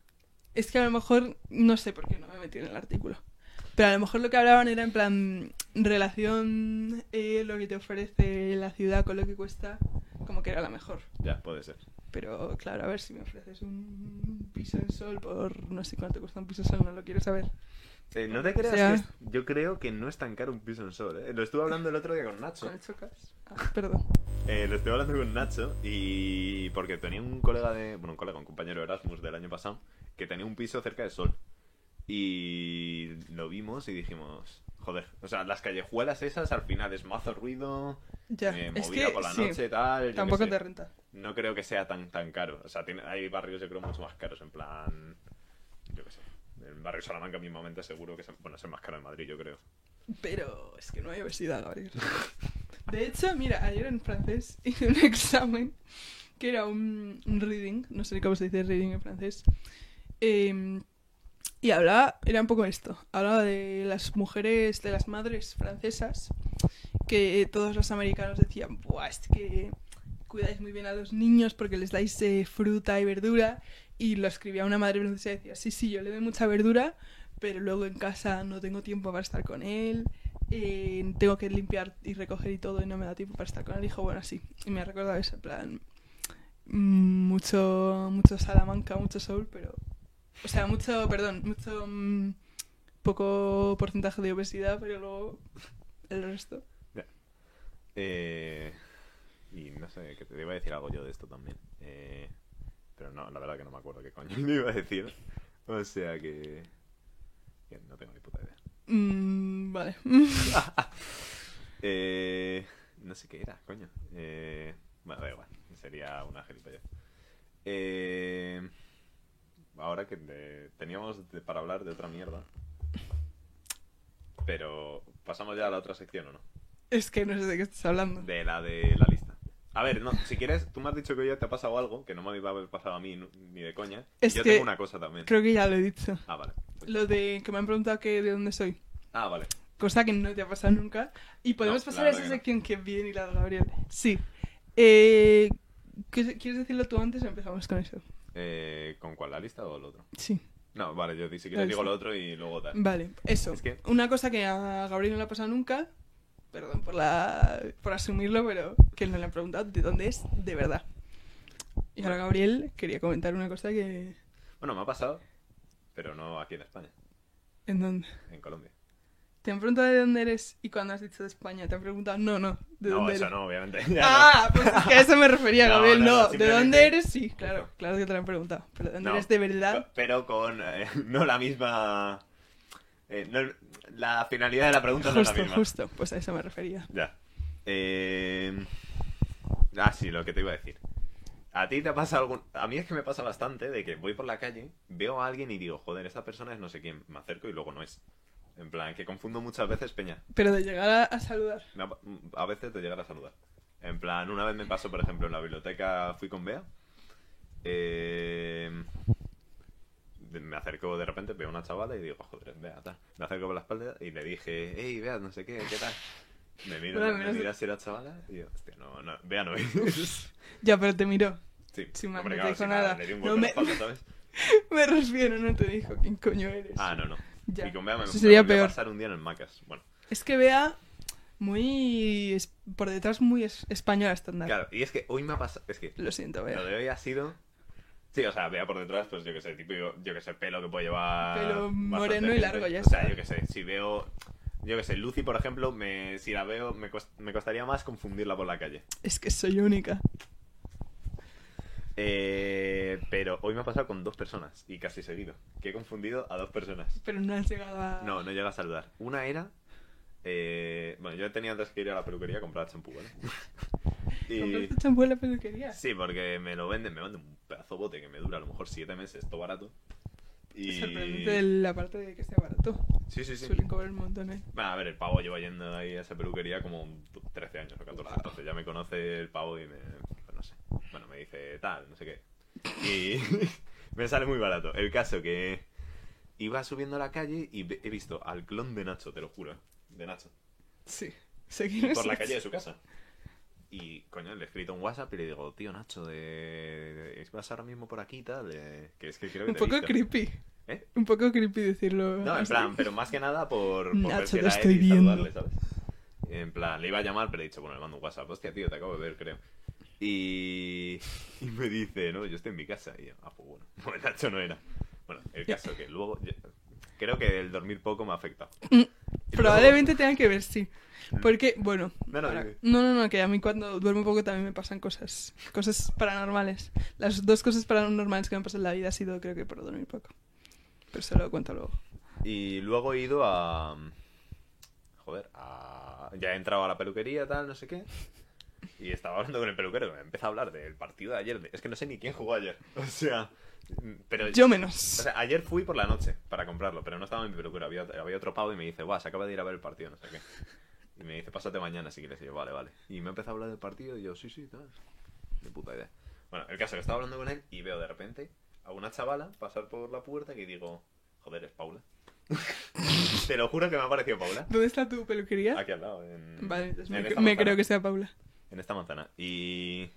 S2: es que a lo mejor, no sé por qué no me metí en el artículo, pero a lo mejor lo que hablaban era en plan relación eh, lo que te ofrece la ciudad con lo que cuesta, como que era la mejor.
S1: Ya, puede ser.
S2: Pero claro, a ver, si me ofreces un piso en sol por no sé cuánto cuesta un piso en sol, no lo quiero saber.
S1: Eh, no te creas
S2: sea-
S1: que es- yo creo que no es tan caro un piso en sol, ¿eh? Lo estuve hablando el otro día con Nacho.
S2: Con el chocas. Ah, perdón.
S1: Eh, lo estoy hablando con Nacho y porque tenía un colega de. Bueno, un colega, un compañero de Erasmus del año pasado, que tenía un piso cerca de Sol. Y lo vimos y dijimos. Joder, o sea, las callejuelas esas al final es mazo ruido,
S2: Ya,
S1: eh,
S2: es
S1: movida
S2: que
S1: por la
S2: sí,
S1: noche, tal. yo qué
S2: tampoco
S1: sé.
S2: te renta.
S1: No creo que sea tan tan caro. O sea, tiene- hay barrios, yo creo, mucho más caros. En plan. Yo qué sé. El barrio Salamanca, mismamente, seguro que es, bueno, es el más caro en Madrid, yo creo.
S2: Pero es que no hay obesidad, Gabriel. De hecho, mira, ayer en francés hice un examen que era un, un reading, no sé cómo se dice reading en francés, eh, y hablaba, era un poco esto, hablaba de las mujeres, de las madres francesas, que todos los americanos decían, Buah, es que cuidáis muy bien a los niños porque les dais eh, fruta y verdura, y lo escribía una madre francesa y decía, sí, sí, yo le doy mucha verdura, pero luego en casa no tengo tiempo para estar con él, eh, tengo que limpiar y recoger y todo y no me da tiempo para estar con él. Dijo, bueno, sí, y me ha recordado eso, en plan, mm, mucho, mucho Salamanca, mucho Sol, pero, o sea, mucho, perdón, mucho mm, poco porcentaje de obesidad, pero luego el resto.
S1: Eh, y no sé, que te iba a decir algo yo de esto también. Eh, pero no, la verdad que no me acuerdo qué coño me iba a decir. O sea que... que no tengo ni puta idea.
S2: Mm, vale.
S1: Eh, no sé qué era, coño. Eh, bueno, da igual. Sería una gilipollas. Eh, ahora que te- teníamos de- para hablar de otra mierda. Pero pasamos ya a la otra sección, ¿o no?
S2: es que no sé de qué estás hablando.
S1: De la de la lista. A ver, no, si quieres, tú me has dicho que hoy te ha pasado algo que no me iba a haber pasado a mí nu- ni de coña. Y
S2: Es
S1: yo
S2: que-
S1: tengo una cosa también.
S2: Creo que ya lo he dicho.
S1: Ah, vale.
S2: Lo de que me han preguntado que de dónde soy.
S1: Ah, vale.
S2: cosa que no te ha pasado nunca. Y podemos
S1: No,
S2: pasar
S1: la
S2: a
S1: verdad
S2: esa
S1: que no.
S2: sección que viene hilada, Gabriel. Sí. Eh, ¿qué- ¿Quieres decirlo tú antes o empezamos con eso?
S1: Eh, ¿Con cuál? ¿La lista o el otro?
S2: Sí.
S1: No, vale, yo di- si
S2: La
S1: quieres digo
S2: lista.
S1: lo otro y luego tal.
S2: Vale, eso.
S1: Es que-
S2: Una cosa que a Gabriel no le ha pasado nunca, perdón por, la, por asumirlo, pero que no le han preguntado de dónde es de verdad. Y ahora Gabriel quería comentar una cosa que...
S1: Bueno, me ha pasado, pero no aquí en España,
S2: ¿En dónde?
S1: en Colombia.
S2: Te han preguntado de dónde eres y cuando has dicho de España te han preguntado, no, no, de
S1: No,
S2: dónde
S1: eso
S2: eres.
S1: no, obviamente. ya no.
S2: Ah, pues es que a eso me refería,
S1: No,
S2: Gabriel.
S1: no, no,
S2: No, ¿de
S1: simplemente-
S2: dónde eres? Sí, claro, claro que te lo han preguntado. Pero ¿de dónde
S1: No.
S2: eres de
S1: Co-
S2: verdad?
S1: Pero con... eh, no la misma... eh, no el- la finalidad de la pregunta no es la
S2: justo,
S1: misma.
S2: justo, pues a eso me refería.
S1: Ya. Eh... Ah, sí, lo que te iba a decir. ¿A ti te pasa algún...? A mí es que me pasa bastante de que voy por la calle, veo a alguien y digo, joder, esta persona es no sé quién. Me acerco y luego no es. En plan, que confundo muchas veces, Peña.
S2: Pero de llegar a, a saludar.
S1: Me ha- A veces te llegan a saludar. En plan, una vez me pasó, por ejemplo, en la biblioteca fui con Bea. eh, de- Me acerco de repente, veo a una chavala y digo, joder, es Bea, tal. Me acerco por la espalda y le dije, hey, Bea, no sé qué, ¿qué tal? Me mira,
S2: Bueno,
S1: me
S2: menos-
S1: mira si era chavala y yo, hostia, no, no, Bea no es.
S2: Ya, pero te miró.
S1: Sí,
S2: Sí, más,
S1: hombre,
S2: no te
S1: claro,
S2: dijo
S1: sí,
S2: nada.
S1: Le di un
S2: No,
S1: golpe en la
S2: me-
S1: espalda, ¿sabes?
S2: Me refiero, no te dijo quién coño eres.
S1: Ah, no, no.
S2: Ya.
S1: Y con Bea me,
S2: Eso
S1: me
S2: sería
S1: volvió a
S2: peor.
S1: pasar un día en el Macas. Bueno,
S2: Es que vea muy. es- por detrás, muy es- española estándar.
S1: claro, y es que hoy me ha pasado, es que
S2: Lo siento, vea.
S1: Lo de hoy ha sido. Sí, o sea, vea por detrás, pues yo que sé, tipo, yo, yo que sé, pelo que puede llevar.
S2: Pelo
S1: bastante
S2: moreno y
S1: gente.
S2: largo, ya
S1: O sea,
S2: está.
S1: yo que sé, si veo. Yo que sé, Lucy, por ejemplo, me, si la veo, me, cuest- me costaría más confundirla por la calle.
S2: Es que soy única.
S1: Eh, pero hoy me ha pasado con dos personas y casi seguido. Que he confundido a dos personas.
S2: Pero no has llegado a.
S1: No, no llega a saludar. Una era. eh, bueno, yo tenía antes que ir a la peluquería a comprar champú, ¿vale?
S2: ¿Compraste champú en la peluquería?
S1: Sí, porque me lo venden, me venden un pedazo de bote que me dura a lo mejor 7 meses, todo barato. Y...
S2: Es sorprendente la parte de que esté barato.
S1: Sí, sí, sí.
S2: Suelen cobrar un montón, ¿eh?
S1: Bueno, a ver, el pavo lleva yendo ahí a esa peluquería como 13 años o 14, entonces ya me conoce el pavo y me... pues no sé. Bueno, me dice tal, no sé qué. Y me sale muy barato. El caso que iba subiendo a la calle y ve- he visto al clon de Nacho, te lo juro, de Nacho.
S2: Sí. Sé quién es
S1: Por la
S2: ese.
S1: calle de su casa. Y, coño, le he escrito un WhatsApp y le digo, tío, Nacho, de... vas ahora mismo por aquí y tal. eh, Que es que creo que
S2: Un
S1: te he
S2: poco
S1: visto".
S2: creepy.
S1: ¿Eh?
S2: Un poco creepy decirlo.
S1: No, en
S2: así.
S1: plan, pero más que nada por, por ver
S2: Nacho,
S1: si
S2: te
S1: era
S2: estoy
S1: él y
S2: viendo.
S1: saludarle, ¿sabes? En plan, le iba a llamar, pero he dicho, bueno, le mando un WhatsApp. Hostia, tío, te acabo de ver, creo. Y, y me dice, no, yo estoy en mi casa. Y yo, ah, pues bueno, Bueno, Nacho no era. Bueno, el
S2: Ya.
S1: caso que luego... yo- creo que el dormir poco me ha afectado. Y luego-
S2: Mm, Probablemente tengan que ver, sí. Porque, bueno.
S1: Mm. No, no,
S2: ahora-
S1: dime.
S2: no, no, no, que a mí cuando duermo poco también me pasan cosas. Cosas paranormales. Las dos cosas paranormales que me han pasado en la vida ha sido, creo que, por dormir poco. Pero se lo cuento luego.
S1: Y luego he ido a... Joder, a... Ya he entrado a la peluquería, tal, no sé qué. Y estaba hablando con el peluquero, que me empezó a hablar del partido de ayer. de- Es que no sé ni quién jugó ayer. O sea... Pero
S2: Yo
S1: Pues, O
S2: menos.
S1: sea, ayer fui por la noche para comprarlo, pero no estaba en mi peluquero. Había, había otro pavo y me dice, guau, se acaba de ir a ver el partido, no sé qué. Y me dice, pásate mañana si quieres. Y yo, vale, vale. Y me empezó a hablar del partido y yo, sí, sí, tal. De puta idea. Bueno, el caso es que estaba hablando con él y veo de repente a una chavala pasar por la puerta que digo, joder, es Paula. Te lo juro que me ha parecido Paula.
S2: ¿Dónde está tu peluquería?
S1: Aquí al lado, en,
S2: Vale, entonces
S1: en
S2: me,
S1: esta
S2: me
S1: manzana
S2: creo que sea Paula.
S1: en esta manzana. Y.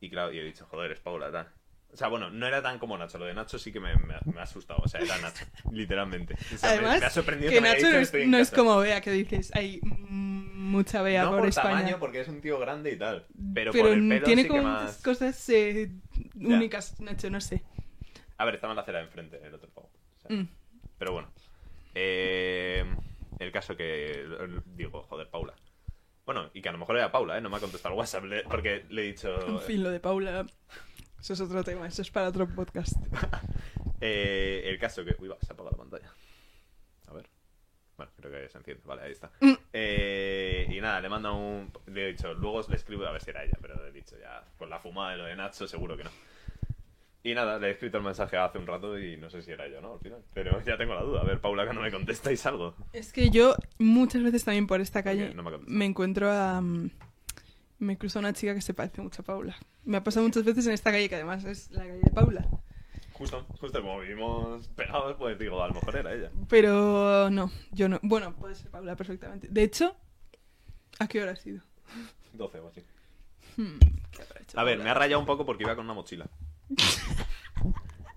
S1: Y claro, y he dicho, joder, es Paula, tal. O sea, bueno, no era tan como Nacho. Lo de Nacho sí que me, me ha- me ha asustado. O sea, era Nacho, literalmente. O sea, me-
S2: Además,
S1: me, ha sorprendido que,
S2: que
S1: me haya
S2: Nacho
S1: dicho,
S2: no,
S1: "Estoy
S2: es,
S1: en
S2: no es
S1: casa".
S2: como Bea, que dices, hay mm, mucha Bea
S1: No
S2: por,
S1: por
S2: España.
S1: tamaño, porque es un tío grande y tal. Pero, por el pelo
S2: tiene
S1: sí
S2: como
S1: que
S2: unas
S1: más...
S2: cosas eh,
S1: Ya.
S2: únicas, Nacho, no sé.
S1: A ver, estaba en la acera de enfrente, el otro pavo. O sea,
S2: Mm.
S1: Pero bueno. Eh, el caso que eh, digo, joder, Paula. Bueno, y que a lo mejor era Paula, ¿eh? No me ha contestado el WhatsApp le- porque le he dicho...
S2: En fin, lo de Paula, eso es otro tema, eso es para otro podcast.
S1: Eh, el caso que. Uy, va, se apaga la pantalla. A ver. Bueno, creo que se enciende. Vale, ahí está.
S2: Mm.
S1: Eh, y nada, le manda un. Le he dicho, luego le escribo a ver si era ella, pero le he dicho ya. Con la fumada de lo de Nacho, seguro que no. Y nada, le he escrito el mensaje hace un rato y no sé si era yo, ¿no? Al final. Pero ya tengo la duda. A ver, Paula, que no me contesta y salgo.
S2: Es que yo muchas veces también por esta calle
S1: Ok, no me ha contestado.
S2: me encuentro a... mm, Me cruzo a una chica que se parece mucho a Paula. Me ha pasado muchas veces en esta calle, que además es la calle de Paula.
S1: Justo, justo como vivimos pegados, pues digo, a lo mejor era ella.
S2: Pero no, yo no. Bueno, puede ser Paula perfectamente. De hecho, ¿a qué hora ha sido?
S1: 12 o así.
S2: Hmm, ¿qué habrá hecho
S1: A ver, me
S2: Paula?
S1: ha rayado un poco porque iba con una mochila.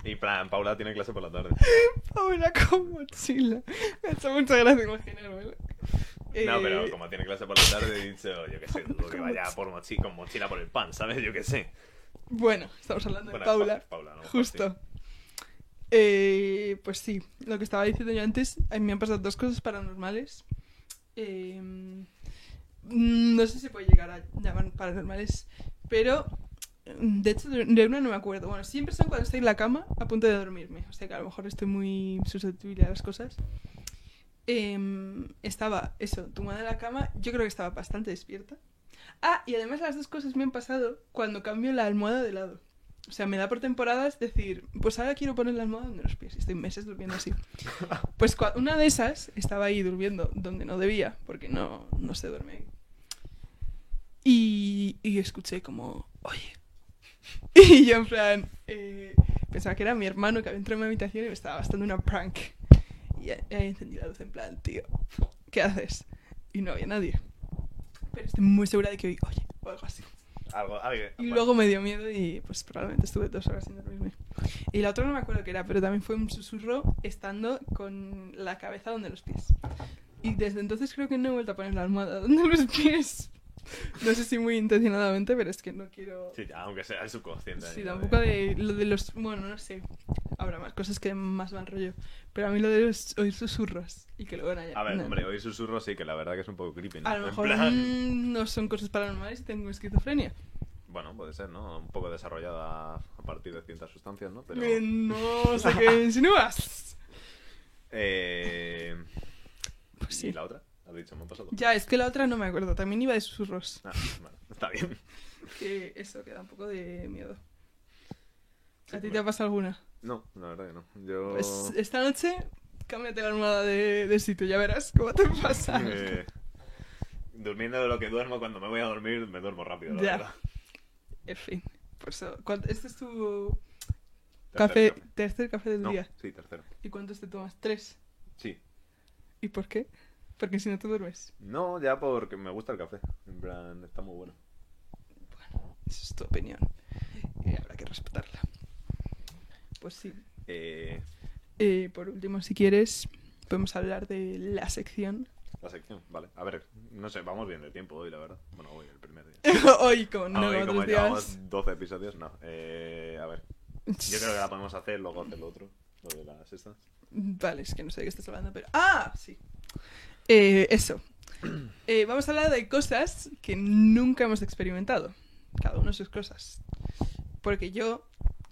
S1: Y plan, Paula tiene clase por la tarde.
S2: Paula con mochila. Me ha hecho mucha gracia imaginármelo.
S1: No,
S2: Eh,
S1: pero como tiene clase por la tarde, he dicho, yo qué sé, dudo que
S2: Con
S1: vaya
S2: mochila.
S1: por mochi- con mochila por el pan, ¿sabes? Yo qué sé.
S2: Bueno, estamos hablando
S1: Bueno,
S2: de Paula.
S1: es Paula, ¿no?
S2: Justo. Eh, pues sí, lo que estaba diciendo yo antes, a mí me han pasado dos cosas paranormales. Eh, mm, no sé si puede llegar a llamar paranormales, pero mm, de hecho de- de una no me acuerdo. Bueno, siempre son cuando estoy en la cama a punto de dormirme, o sea que a lo mejor estoy muy susceptible a las cosas. Em, estaba eso, tumbada en la cama, yo creo que estaba bastante despierta. Ah, y además las dos cosas me han pasado cuando cambio la almohada de lado. O sea, me da por temporadas decir, pues ahora quiero poner la almohada donde los pies. y Estoy meses durmiendo así. Pues cua- una de esas estaba ahí durmiendo donde no debía, porque no, no se duerme ahí. Y, y escuché como, oye. Y yo en plan, eh, pensaba que era mi hermano que había entrado en mi habitación y me estaba gastando una prank. Y ahí encendí la luz en plan, tío, ¿qué haces? Y no había nadie. Pero estoy muy segura de que oí, oye, o algo así.
S1: Algo, algo,
S2: Y
S1: bueno,
S2: luego me dio miedo y pues probablemente estuve dos horas sin dormirme. Y la otra no me acuerdo qué era, pero también fue un susurro estando con la cabeza donde los pies. Y desde entonces creo que no he vuelto a poner la almohada donde los pies. No sé si muy intencionadamente, pero es que no quiero...
S1: Sí, eh. aunque sea el subconsciente.
S2: Sí,
S1: ahí,
S2: tampoco de, lo de los... Bueno, no sé. Habrá más cosas que más van rollo. Pero a mí lo de los, oír susurros y que luego no haya-
S1: A ver,
S2: no.
S1: hombre, oír susurros sí que la verdad que es un poco creepy, ¿no?
S2: A lo
S1: En
S2: mejor
S1: plan,
S2: mm, no son cosas paranormales y tengo esquizofrenia.
S1: Bueno, puede ser, ¿no? Un poco desarrollada a partir de ciertas sustancias, ¿no? Pero...
S2: Eh, No sé qué insinúas.
S1: Eh...
S2: Pues sí.
S1: ¿Y la otra? Has dicho, me han pasado.
S2: Ya, es que la otra no me acuerdo. También iba de susurros.
S1: Ah, bueno, está bien.
S2: Que eso, que da un poco de miedo.
S1: Sí,
S2: ¿A ti te
S1: bueno.
S2: ha pasado alguna?
S1: No, la verdad que no. Yo...
S2: Pues esta noche, cámbiate la almohada de, de sitio, ya verás cómo te pasa.
S1: Eh, durmiendo de lo que duermo, cuando me voy a dormir, me duermo rápido, la
S2: Ya.
S1: verdad.
S2: En fin. Por eso, ¿cuál- este es tu café,
S1: Tercer
S2: tercer café del
S1: No,
S2: día.
S1: sí, tercero.
S2: ¿Y cuántos te tomas? Tres.
S1: Sí.
S2: ¿Y por qué? Porque si no te duermes.
S1: No, ya porque me gusta el café. En plan, está muy bueno.
S2: Esa es tu opinión. Y habrá que respetarla. Pues sí.
S1: Eh,
S2: Eh, por último, si quieres, podemos hablar de la sección.
S1: la sección, vale. A ver, no sé, vamos bien de tiempo hoy, la verdad. Bueno, hoy, el primer día.
S2: Hoy, como no,
S1: Ah, hoy, como
S2: otros días.
S1: llevamos 12 episodios, no. Eh, a ver, yo creo que la podemos hacer, luego hacer lo otro. Lo de las estas.
S2: Vale, es que no sé de qué estás hablando, pero. ¡Ah! Sí. Eh, eso. Eh, vamos a hablar de cosas que nunca hemos experimentado. Cada uno sus cosas. Porque yo,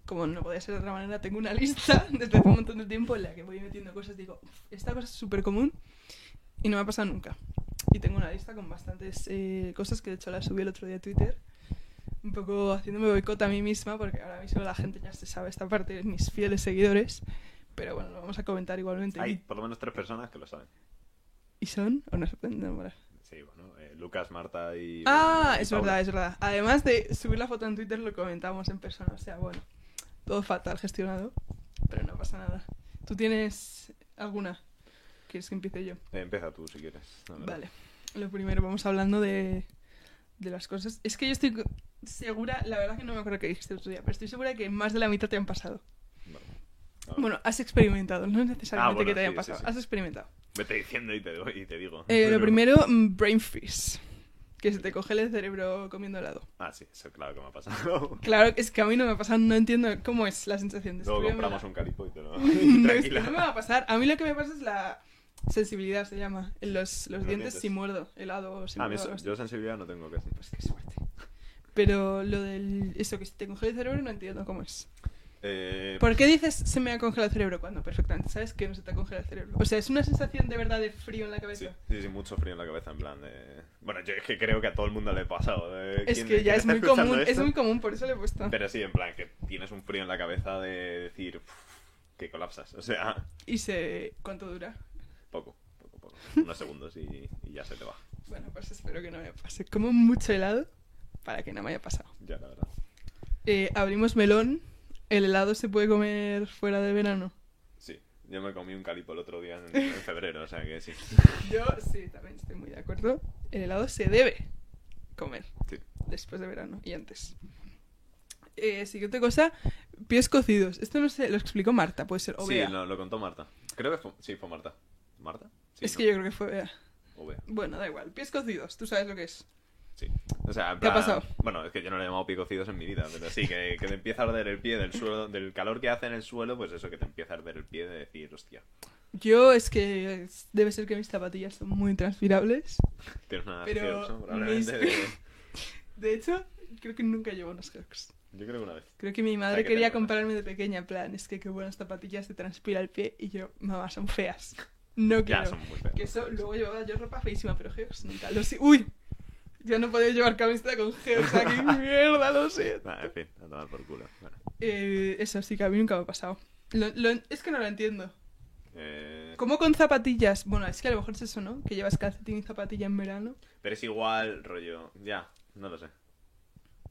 S2: como no podía ser de otra manera, tengo una lista desde hace un montón de tiempo en la que voy metiendo cosas. Digo, "Uf, esta cosa es súper común y no me ha pasado nunca. Y tengo una lista con bastantes eh, cosas que de hecho la subí el otro día a Twitter. Un poco haciéndome boicot a mí misma, porque ahora mismo la gente ya se sabe esta parte, mis fieles seguidores. Pero bueno, lo vamos a comentar igualmente.
S1: Hay
S2: Y-
S1: por lo menos tres personas que lo saben.
S2: ¿Y son? ¿O no se pueden enamorar?
S1: Sí, bueno, eh, Lucas, Marta y.
S2: Ah,
S1: y
S2: es
S1: Paula.
S2: verdad, es verdad. Además de subir la foto en Twitter, lo comentamos en persona. O sea, bueno, todo fatal gestionado, pero no pasa nada. ¿Tú tienes alguna? ¿Quieres que empiece yo?
S1: Eh, empieza tú si quieres. la verdad.
S2: Vale. Lo primero, vamos hablando de, de las cosas. Es que yo estoy co- segura, la verdad que no me acuerdo qué dijiste el otro día, pero estoy segura que más de la mitad te han pasado.
S1: Vale. A ver,
S2: Bueno, has experimentado, no es necesariamente
S1: Ah. bueno,
S2: que te hayan
S1: sí, sí,
S2: pasado,
S1: sí.
S2: has experimentado.
S1: Vete diciendo y te, doy- y te digo.
S2: Eh, lo primero, mm, brain freeze. Que se te coge el cerebro comiendo helado.
S1: Ah, sí, eso claro que me ha pasado.
S2: Claro, es que a mí no me ha pasado, no entiendo cómo es la sensación de
S1: Luego
S2: escribírmela.
S1: compramos un calipo y te lo.
S2: No, es que no me va
S1: Tranquila.
S2: a pasar. A mí lo que me pasa es la sensibilidad, se llama. En los, los
S1: Los
S2: dientes,
S1: dientes.
S2: si muerdo, helado o si
S1: Ah, a mí
S2: muerdo.
S1: eso-
S2: algo así.
S1: yo sensibilidad no tengo casi.
S2: Pues qué suerte. Pero lo del. Eso que se te congela el cerebro, no entiendo cómo es.
S1: Eh,
S2: ¿Por qué dices se me ha congelado el cerebro cuando perfectamente sabes que no se te ha congelado el cerebro? O sea, es una sensación de verdad de frío en la
S1: Sí,
S2: cabeza.
S1: sí, sí, mucho frío en la cabeza, en plan de... Bueno, yo es que creo que a todo el mundo le ha pasado. eh,
S2: Es
S1: ¿quién-
S2: que
S1: quién
S2: ya es
S1: está
S2: muy
S1: escuchando
S2: común, es
S1: esto?
S2: muy común, por eso le he puesto.
S1: Pero sí, en plan, que tienes un frío en la cabeza de decir "Uf, que colapsas. O sea,
S2: ¿Y se... cuánto dura?
S1: poco, poco, poco. Unos segundos y, y ya se te va.
S2: Bueno, pues espero que no me pase. Como mucho helado para que no me haya pasado.
S1: Ya, la verdad.
S2: Eh, abrimos melón. ¿El helado se puede comer fuera del verano?
S1: Sí, yo me comí un calipo el otro día en, en febrero, o sea que sí.
S2: Yo sí, también estoy muy de acuerdo. El helado se debe comer
S1: Sí.
S2: después de verano y antes. Eh, siguiente cosa, pies cocidos. Esto no sé, lo explicó Marta, puede ser. O
S1: Sí,
S2: Bea.
S1: no, lo contó Marta. Creo que fue... Sí, fue Marta. ¿Marta? Sí,
S2: es
S1: ¿no?
S2: que yo creo que fue Bea.
S1: O Bea.
S2: Bueno, da igual. Pies cocidos, tú sabes lo que es.
S1: Sí. O sea, en
S2: ¿Qué ha
S1: plan-
S2: pasado?
S1: Bueno, es que yo no le he llamado picocidos en mi vida, pero sí, que, que te empieza a arder el pie del suelo, del calor que hace en el suelo, pues eso, que te empieza a arder el pie de decir, hostia,
S2: Yo es que es- debe ser que mis zapatillas son muy transpirables.
S1: tienes una
S2: Pero
S1: alergia, ¿no? Probablemente
S2: mis-
S1: de-
S2: De hecho, creo que nunca llevo unos Crocs.
S1: Yo creo que una vez.
S2: Creo que mi madre
S1: que
S2: quería
S1: tengo unas.
S2: comprarme de pequeña, en plan, es que qué buenas zapatillas, te transpira el pie, y yo, mamá, son feas. No quiero.
S1: Ya, son muy feos.
S2: Que eso, luego llevaba yo ropa feísima, pero geos nunca lo sé. ¡Uy! Ya no podía llevar camiseta con geos aquí, mierda, lo sé.
S1: Nah, en fin, a tomar por culo. Bueno,
S2: Eh, eso sí que a mí nunca me ha pasado. Lo- lo- es que no lo entiendo.
S1: eh,
S2: ¿Cómo con zapatillas? Bueno, es que a lo mejor es eso, ¿no? Que llevas calcetín y zapatilla en verano.
S1: Pero es igual, rollo. Ya, no lo sé.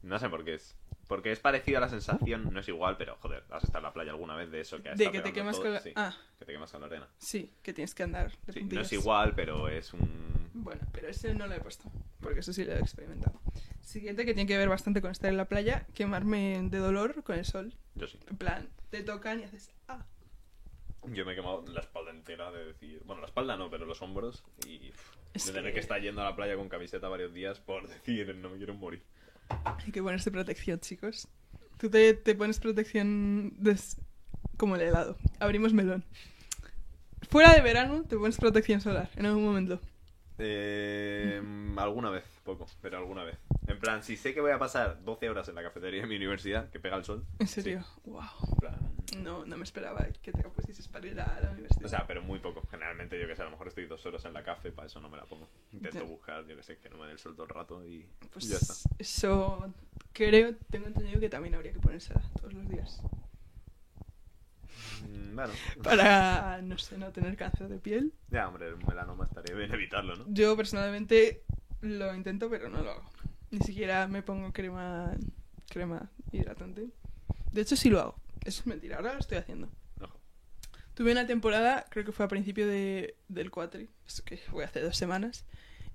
S1: No sé por qué es. Porque es parecido a la sensación, no es igual, pero joder, has estado en la playa alguna vez de eso que has
S2: de
S1: estado
S2: que te
S1: pegando
S2: quemas
S1: todo-
S2: con la...
S1: sí,
S2: Ah,
S1: que te quemas con la arena.
S2: sí, que tienes que andar de
S1: Sí, no
S2: puntillas.
S1: es igual, pero es un.
S2: Bueno, pero ese no lo he puesto, porque eso sí lo he experimentado. Siguiente que tiene que ver bastante con estar en la playa, quemarme de dolor con el sol.
S1: Yo sí.
S2: En plan, te tocan y haces ah.
S1: Yo me he quemado la espalda entera de decir. Bueno, la espalda no, pero los hombros. Y. pff,
S2: Es
S1: de tener
S2: que-
S1: que estar yendo a la playa con camiseta varios días por decir, no me quiero morir.
S2: Hay que ponerse protección, chicos. Tú te, te pones protección des- como el helado. Abrimos melón. Fuera de verano te pones protección solar en algún momento.
S1: Eh, alguna vez, poco, pero alguna vez. En plan, si sé que voy a pasar 12 horas en la cafetería de mi universidad, que pega el sol.
S2: En
S1: sí,
S2: serio, wow.
S1: en plan,
S2: No, no me esperaba que te pusieses para ir a la universidad.
S1: o sea, pero muy poco. Generalmente, yo que sé, a lo mejor estoy dos horas en la café, para eso no me la pongo. Intento
S2: Ya.
S1: buscar, yo que sé, que no me dé el sol todo el rato y
S2: pues
S1: ya está.
S2: eso creo, tengo entendido que también habría que ponérsela todos los días.
S1: Mm, Bueno,
S2: para, Ah, no sé, no tener cáncer de piel.
S1: ya, hombre, el melanoma estaría bien evitarlo, ¿no?
S2: Yo personalmente lo intento, pero no lo hago. Ni siquiera me pongo crema, crema hidratante. De hecho, sí lo hago. Eso es mentira, ahora lo estoy haciendo.
S1: Ojo.
S2: Tuve una temporada, creo que fue a principio de, del cuatri, es que fue hace dos semanas,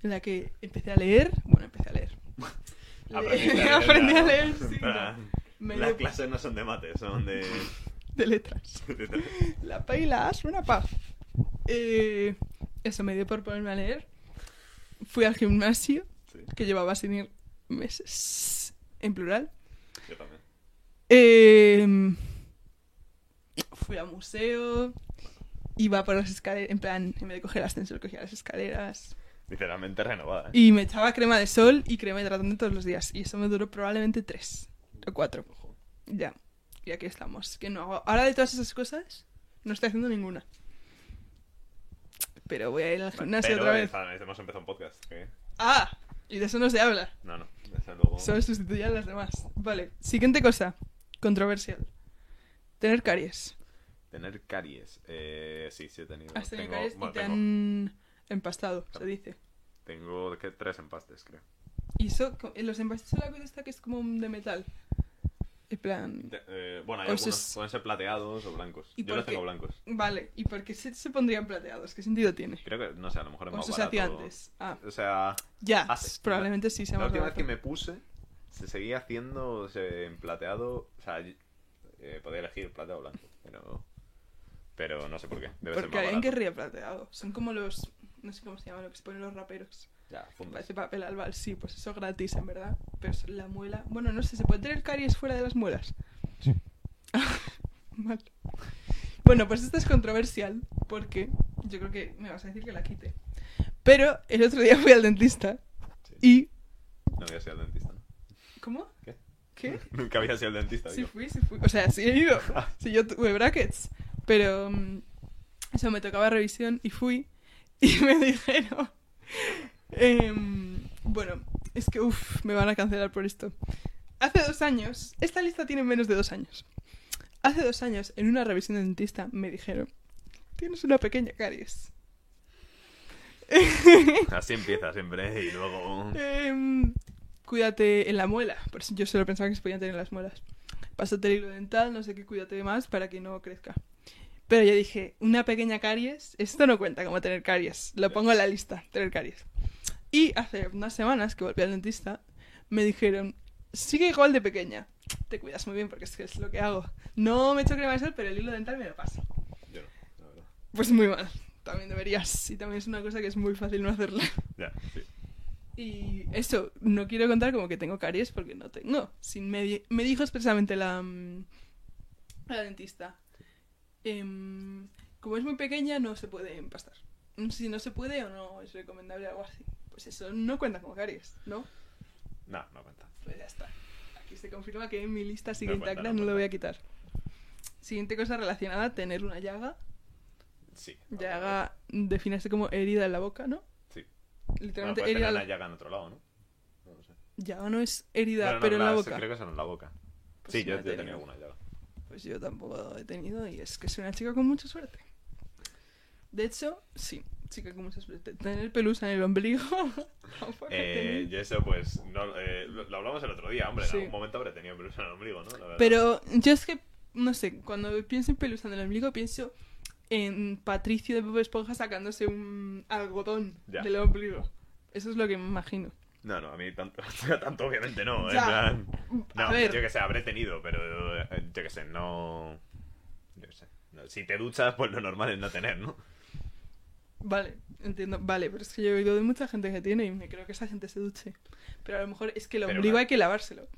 S2: en la que empecé a leer, bueno, empecé a leer.
S1: Aprendiste
S2: Le-
S1: a leer, Ah,
S2: aprendí a
S1: claro.
S2: leer, sí,
S1: Para-
S2: me
S1: Las
S2: dio-
S1: clases no son de mate, son de...
S2: de letras. La P y la A son una paz. Eh, eso me dio por ponerme a leer. Fui al gimnasio,
S1: Sí,
S2: que llevaba sin ir meses, en plural.
S1: yo también.
S2: Eh, fui a museo, iba por las escaleras, en plan, en vez de coger el ascensor, cogía las escaleras.
S1: Literalmente renovada, ¿eh?
S2: Y me echaba crema de sol y crema hidratante todos los días. Y eso me duró probablemente tres o cuatro.
S1: Ojo.
S2: Ya. Y aquí estamos. Que no hago... Ahora de todas esas cosas, no estoy haciendo ninguna. Pero voy a ir al gimnasio
S1: Pero eh,
S2: otra vez.
S1: esta- hemos empezado un podcast. ¿eh?
S2: ¡Ah! Y de eso no se habla.
S1: No, no. Desde luego...
S2: Solo sustituyan las demás. Vale. Siguiente cosa. Controversial. Tener caries.
S1: Tener caries. Eh, sí, sí he tenido.
S2: Has tenido
S1: tengo,
S2: caries
S1: bueno,
S2: y te
S1: tengo,
S2: han empastado, se
S1: Claro.
S2: dice.
S1: tengo, ¿qué? tres empastes, creo.
S2: Y eso, co- en los empastes la cosa está que es como de metal. En plan...
S1: Te- eh, bueno, hay
S2: O
S1: algunos.
S2: eso es-
S1: Pueden ser plateados o blancos.
S2: ¿Y
S1: Yo
S2: por
S1: los
S2: qué?
S1: tengo blancos.
S2: Vale. ¿Y por qué se, se pondrían plateados? ¿Qué sentido tiene?
S1: Creo que, no sé, a lo mejor es
S2: O
S1: más
S2: eso se
S1: barato.
S2: hacía antes. Ah.
S1: O sea,
S2: Ya,
S1: Hace.
S2: probablemente sí sea
S1: la
S2: más
S1: última vez
S2: barato.
S1: que me puse, se seguía haciendo se- en plateado. O sea, y- eh, podía elegir plateado o blanco. Pero, pero no sé por qué. Debe
S2: Porque
S1: ser más
S2: alguien
S1: barato.
S2: querría plateado. Son como los. No sé cómo se llaman, lo que se ponen los raperos.
S1: Ya, fundas.
S2: Parece papel albal. Sí, pues eso gratis, en verdad. Pero es la muela. Bueno, no sé, ¿se puede tener caries fuera de las muelas?
S1: Sí.
S2: Mal. Bueno, pues esto es controversial. Porque yo creo que me vas a decir que la quite. Pero el otro día fui al dentista.
S1: Sí.
S2: Y.
S1: No había sido al dentista, ¿no?
S2: ¿Cómo?
S1: ¿Qué?
S2: ¿Qué?
S1: Nunca había sido al dentista.
S2: Sí
S1: digo.
S2: fui, sí fui. O sea, sí he ido. Sí, yo tuve brackets. Pero mm, eso me tocaba revisión y fui. Y me dijeron. em, bueno, es que uff, me van a cancelar por esto. Hace dos años, esta lista tiene menos de dos años. Hace dos años, en una revisión de dentista, me dijeron: Tienes una pequeña caries.
S1: Así empieza siempre y luego.
S2: Em, cuídate en la muela. Por eso yo solo pensaba que se podían tener en las muelas. Pásate el hilo dental, no sé qué, cuídate más para que no crezca. Pero yo dije, una pequeña caries, esto no cuenta como tener caries. Lo
S1: Ya.
S2: pongo en la lista, tener caries. Y hace unas semanas que volví al dentista, me dijeron, sigue igual de pequeña. Te cuidas muy bien porque es que es lo que hago. No me echo crema de sol, pero el hilo dental me lo paso.
S1: Yo no, la verdad.
S2: Pues muy mal. También deberías. Y también es una cosa que es muy fácil no hacerla.
S1: Ya, sí.
S2: Y eso, no quiero contar como que tengo caries porque no tengo. Sin me, di- me dijo expresamente la, mm, la dentista. em, como es muy pequeña, no se puede empastar. Mm, Si no se puede o no es recomendable algo así. Pues eso no cuenta como caries, ¿no?
S1: No, no cuenta.
S2: Pues ya está. Aquí se confirma que mi lista sigue
S1: No cuenta,
S2: intacta,
S1: no
S2: no, lo
S1: cuenta.
S2: voy a quitar. Siguiente cosa relacionada, tener una llaga.
S1: Ah, Sí.
S2: Llaga, definirse como herida en la boca, ¿no?
S1: Sí. Bueno,
S2: Literalmente
S1: puedes tener
S2: herida en
S1: una
S2: la...
S1: llaga en otro lado, ¿no? No lo sé.
S2: Llaga no es herida,
S1: Bueno, no,
S2: pero en la
S1: las-
S2: boca.
S1: Creo que son en la boca.
S2: Pues
S1: sí,
S2: no
S1: yo,
S2: he
S1: yo he tenido
S2: tenido.
S1: alguna llaga.
S2: Pues yo tampoco he tenido y es que soy una chica con mucha suerte. De hecho, sí, chica con mucha suerte. Tener pelusa en el ombligo. tampoco he
S1: Eh,
S2: tenido.
S1: y eso, pues, no, eh, lo lo hablamos el otro día, hombre. En
S2: Sí.
S1: algún momento habré tenido pelusa en el ombligo, ¿no? La verdad.
S2: Pero yo es que, no sé, cuando pienso en pelusa en el ombligo pienso en Patricio de Bob Esponja sacándose un algodón
S1: Ya.
S2: del ombligo. Eso es lo que me imagino.
S1: No, no, a mí tanto, tanto obviamente no. En
S2: Ya.
S1: plan... No,
S2: A ver,
S1: yo que sé, habré tenido, pero eh, yo que sé, no... Yo que sé. No, si te duchas, pues lo normal es no tener, ¿no?
S2: vale, entiendo. Vale, pero es que yo he oído de mucha gente que tiene y me creo que esa gente se duche. Pero a lo mejor es que el
S1: Pero
S2: ombligo
S1: una-
S2: hay que lavárselo.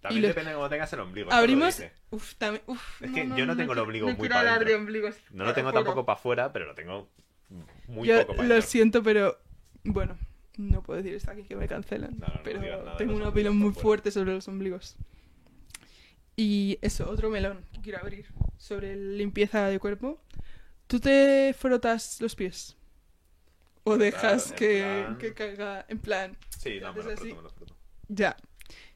S1: También
S2: lo-
S1: depende de cómo tengas el ombligo. eso lo
S2: Abrimos.
S1: dice.
S2: Uf, también. Uf,
S1: Es que yo no tengo el
S2: quiero-
S1: ombligo
S2: no
S1: muy
S2: quiero
S1: pa'
S2: hablar
S1: dentro.
S2: de ombligos.
S1: No
S2: te
S1: lo tengo
S2: juro.
S1: tampoco para afuera, pero lo tengo muy
S2: Yo
S1: poco para
S2: Lo siento, pero. Bueno, no puedo decir esto aquí que me cancelan.
S1: No, no, no
S2: pero
S1: digas nada de
S2: tengo
S1: los
S2: una
S1: ombligos
S2: opinión muy
S1: pa' fuera.
S2: fuerte sobre los ombligos. Y eso, otro melón que quiero abrir sobre limpieza de cuerpo. ¿Tú te frotas los pies? ¿O dejas
S1: en
S2: que,
S1: plan-
S2: que caiga en plan?
S1: Sí, no, me lo
S2: Haces
S1: froto,
S2: así.
S1: me lo froto.
S2: Ya.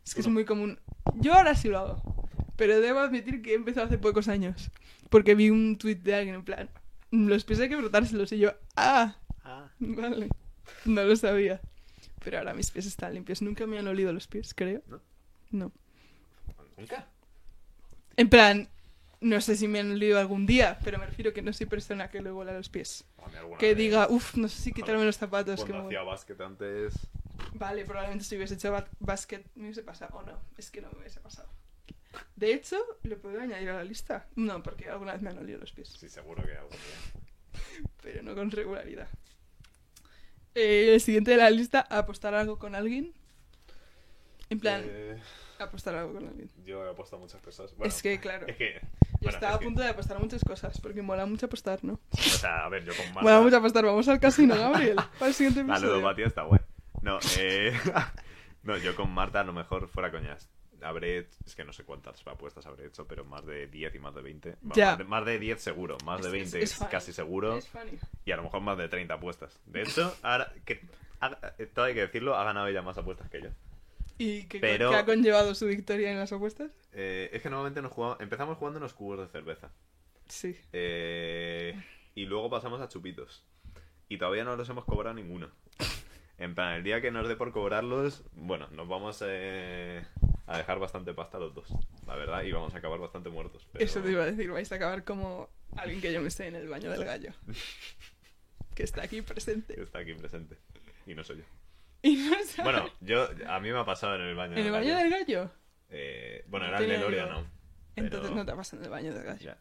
S2: Es que es
S1: Uno.
S2: muy común. Yo ahora sí lo hago. Pero debo admitir que he empezado hace pocos años. Porque vi un tuit de alguien en plan. Los pies hay que frotárselos. Y yo, ah, vale. No lo sabía. Pero ahora mis pies están limpios. Nunca me han olido los pies, creo.
S1: ¿No?
S2: No.
S1: ¿Nunca?
S2: En plan, No sé si me han olido algún día, pero me refiero que no soy persona que luego a los pies.
S1: A mí alguna
S2: Que
S1: vez,
S2: diga, uff, no sé si quitarme
S1: Vale.
S2: los zapatos. que
S1: Cuando
S2: me voy".
S1: hacía básquet antes,
S2: Vale, probablemente si hubiese hecho ba- básquet me hubiese pasado. O no, es que no me hubiese pasado. De hecho, ¿lo puedo añadir a la lista? No, porque alguna vez me han olido los pies.
S1: sí, seguro que algún día.
S2: pero no con regularidad. Eh, el siguiente de la lista, apostar algo con alguien. En plan,
S1: Eh,
S2: apostar algo con alguien.
S1: yo he apostado muchas cosas. Bueno,
S2: Es que, claro.
S1: Es que.
S2: Yo
S1: bueno,
S2: estaba
S1: es
S2: a
S1: que-
S2: punto de apostar muchas cosas, porque mola mucho apostar, ¿no?
S1: O sea, a ver, yo con Marta.
S2: Mola mucho apostar, vamos al casino, Gabriel. Para el siguiente
S1: La
S2: episodio.
S1: ludopatía está guay. No, eh, no, yo con Marta a lo mejor fuera coñas. Habré, es que no sé cuántas apuestas habré hecho, pero más de 10 y más de 20. Va,
S2: Ya.
S1: Más, de, más de 10 seguro, más de
S2: Es-
S1: 20
S2: es-
S1: es
S2: es
S1: casi
S2: funny.
S1: seguro
S2: Es funny.
S1: y a lo mejor más de 30 apuestas. De hecho, ahora que ha- eh, todo hay que decirlo, ha ganado ella más apuestas que yo.
S2: ¿Y qué,
S1: Pero-
S2: qué ha conllevado su victoria en las apuestas?
S1: Eh, es que normalmente nos jugamos, empezamos jugando unos cubos de cerveza.
S2: Sí.
S1: Eh, y luego pasamos a chupitos. Y todavía no los hemos cobrado ninguno. En plan, el día que nos dé por cobrarlos, bueno, nos vamos eh, a dejar bastante pasta los dos, la verdad, y vamos a acabar bastante muertos. pero-
S2: Eso te iba a decir, vais a acabar como alguien que yo me sé en el baño del gallo. que está aquí presente.
S1: Está aquí presente. Y no soy yo.
S2: Y no sabe-
S1: Bueno, yo, a mí me ha pasado en el baño.
S2: ¿En el
S1: del
S2: baño
S1: gallo.
S2: del gallo?
S1: Eh, bueno,
S2: No
S1: era en
S2: tenía
S1: el
S2: yo-
S1: Orion aún, pero-
S2: Entonces no te pasa en el baño del gallo.
S1: Ya.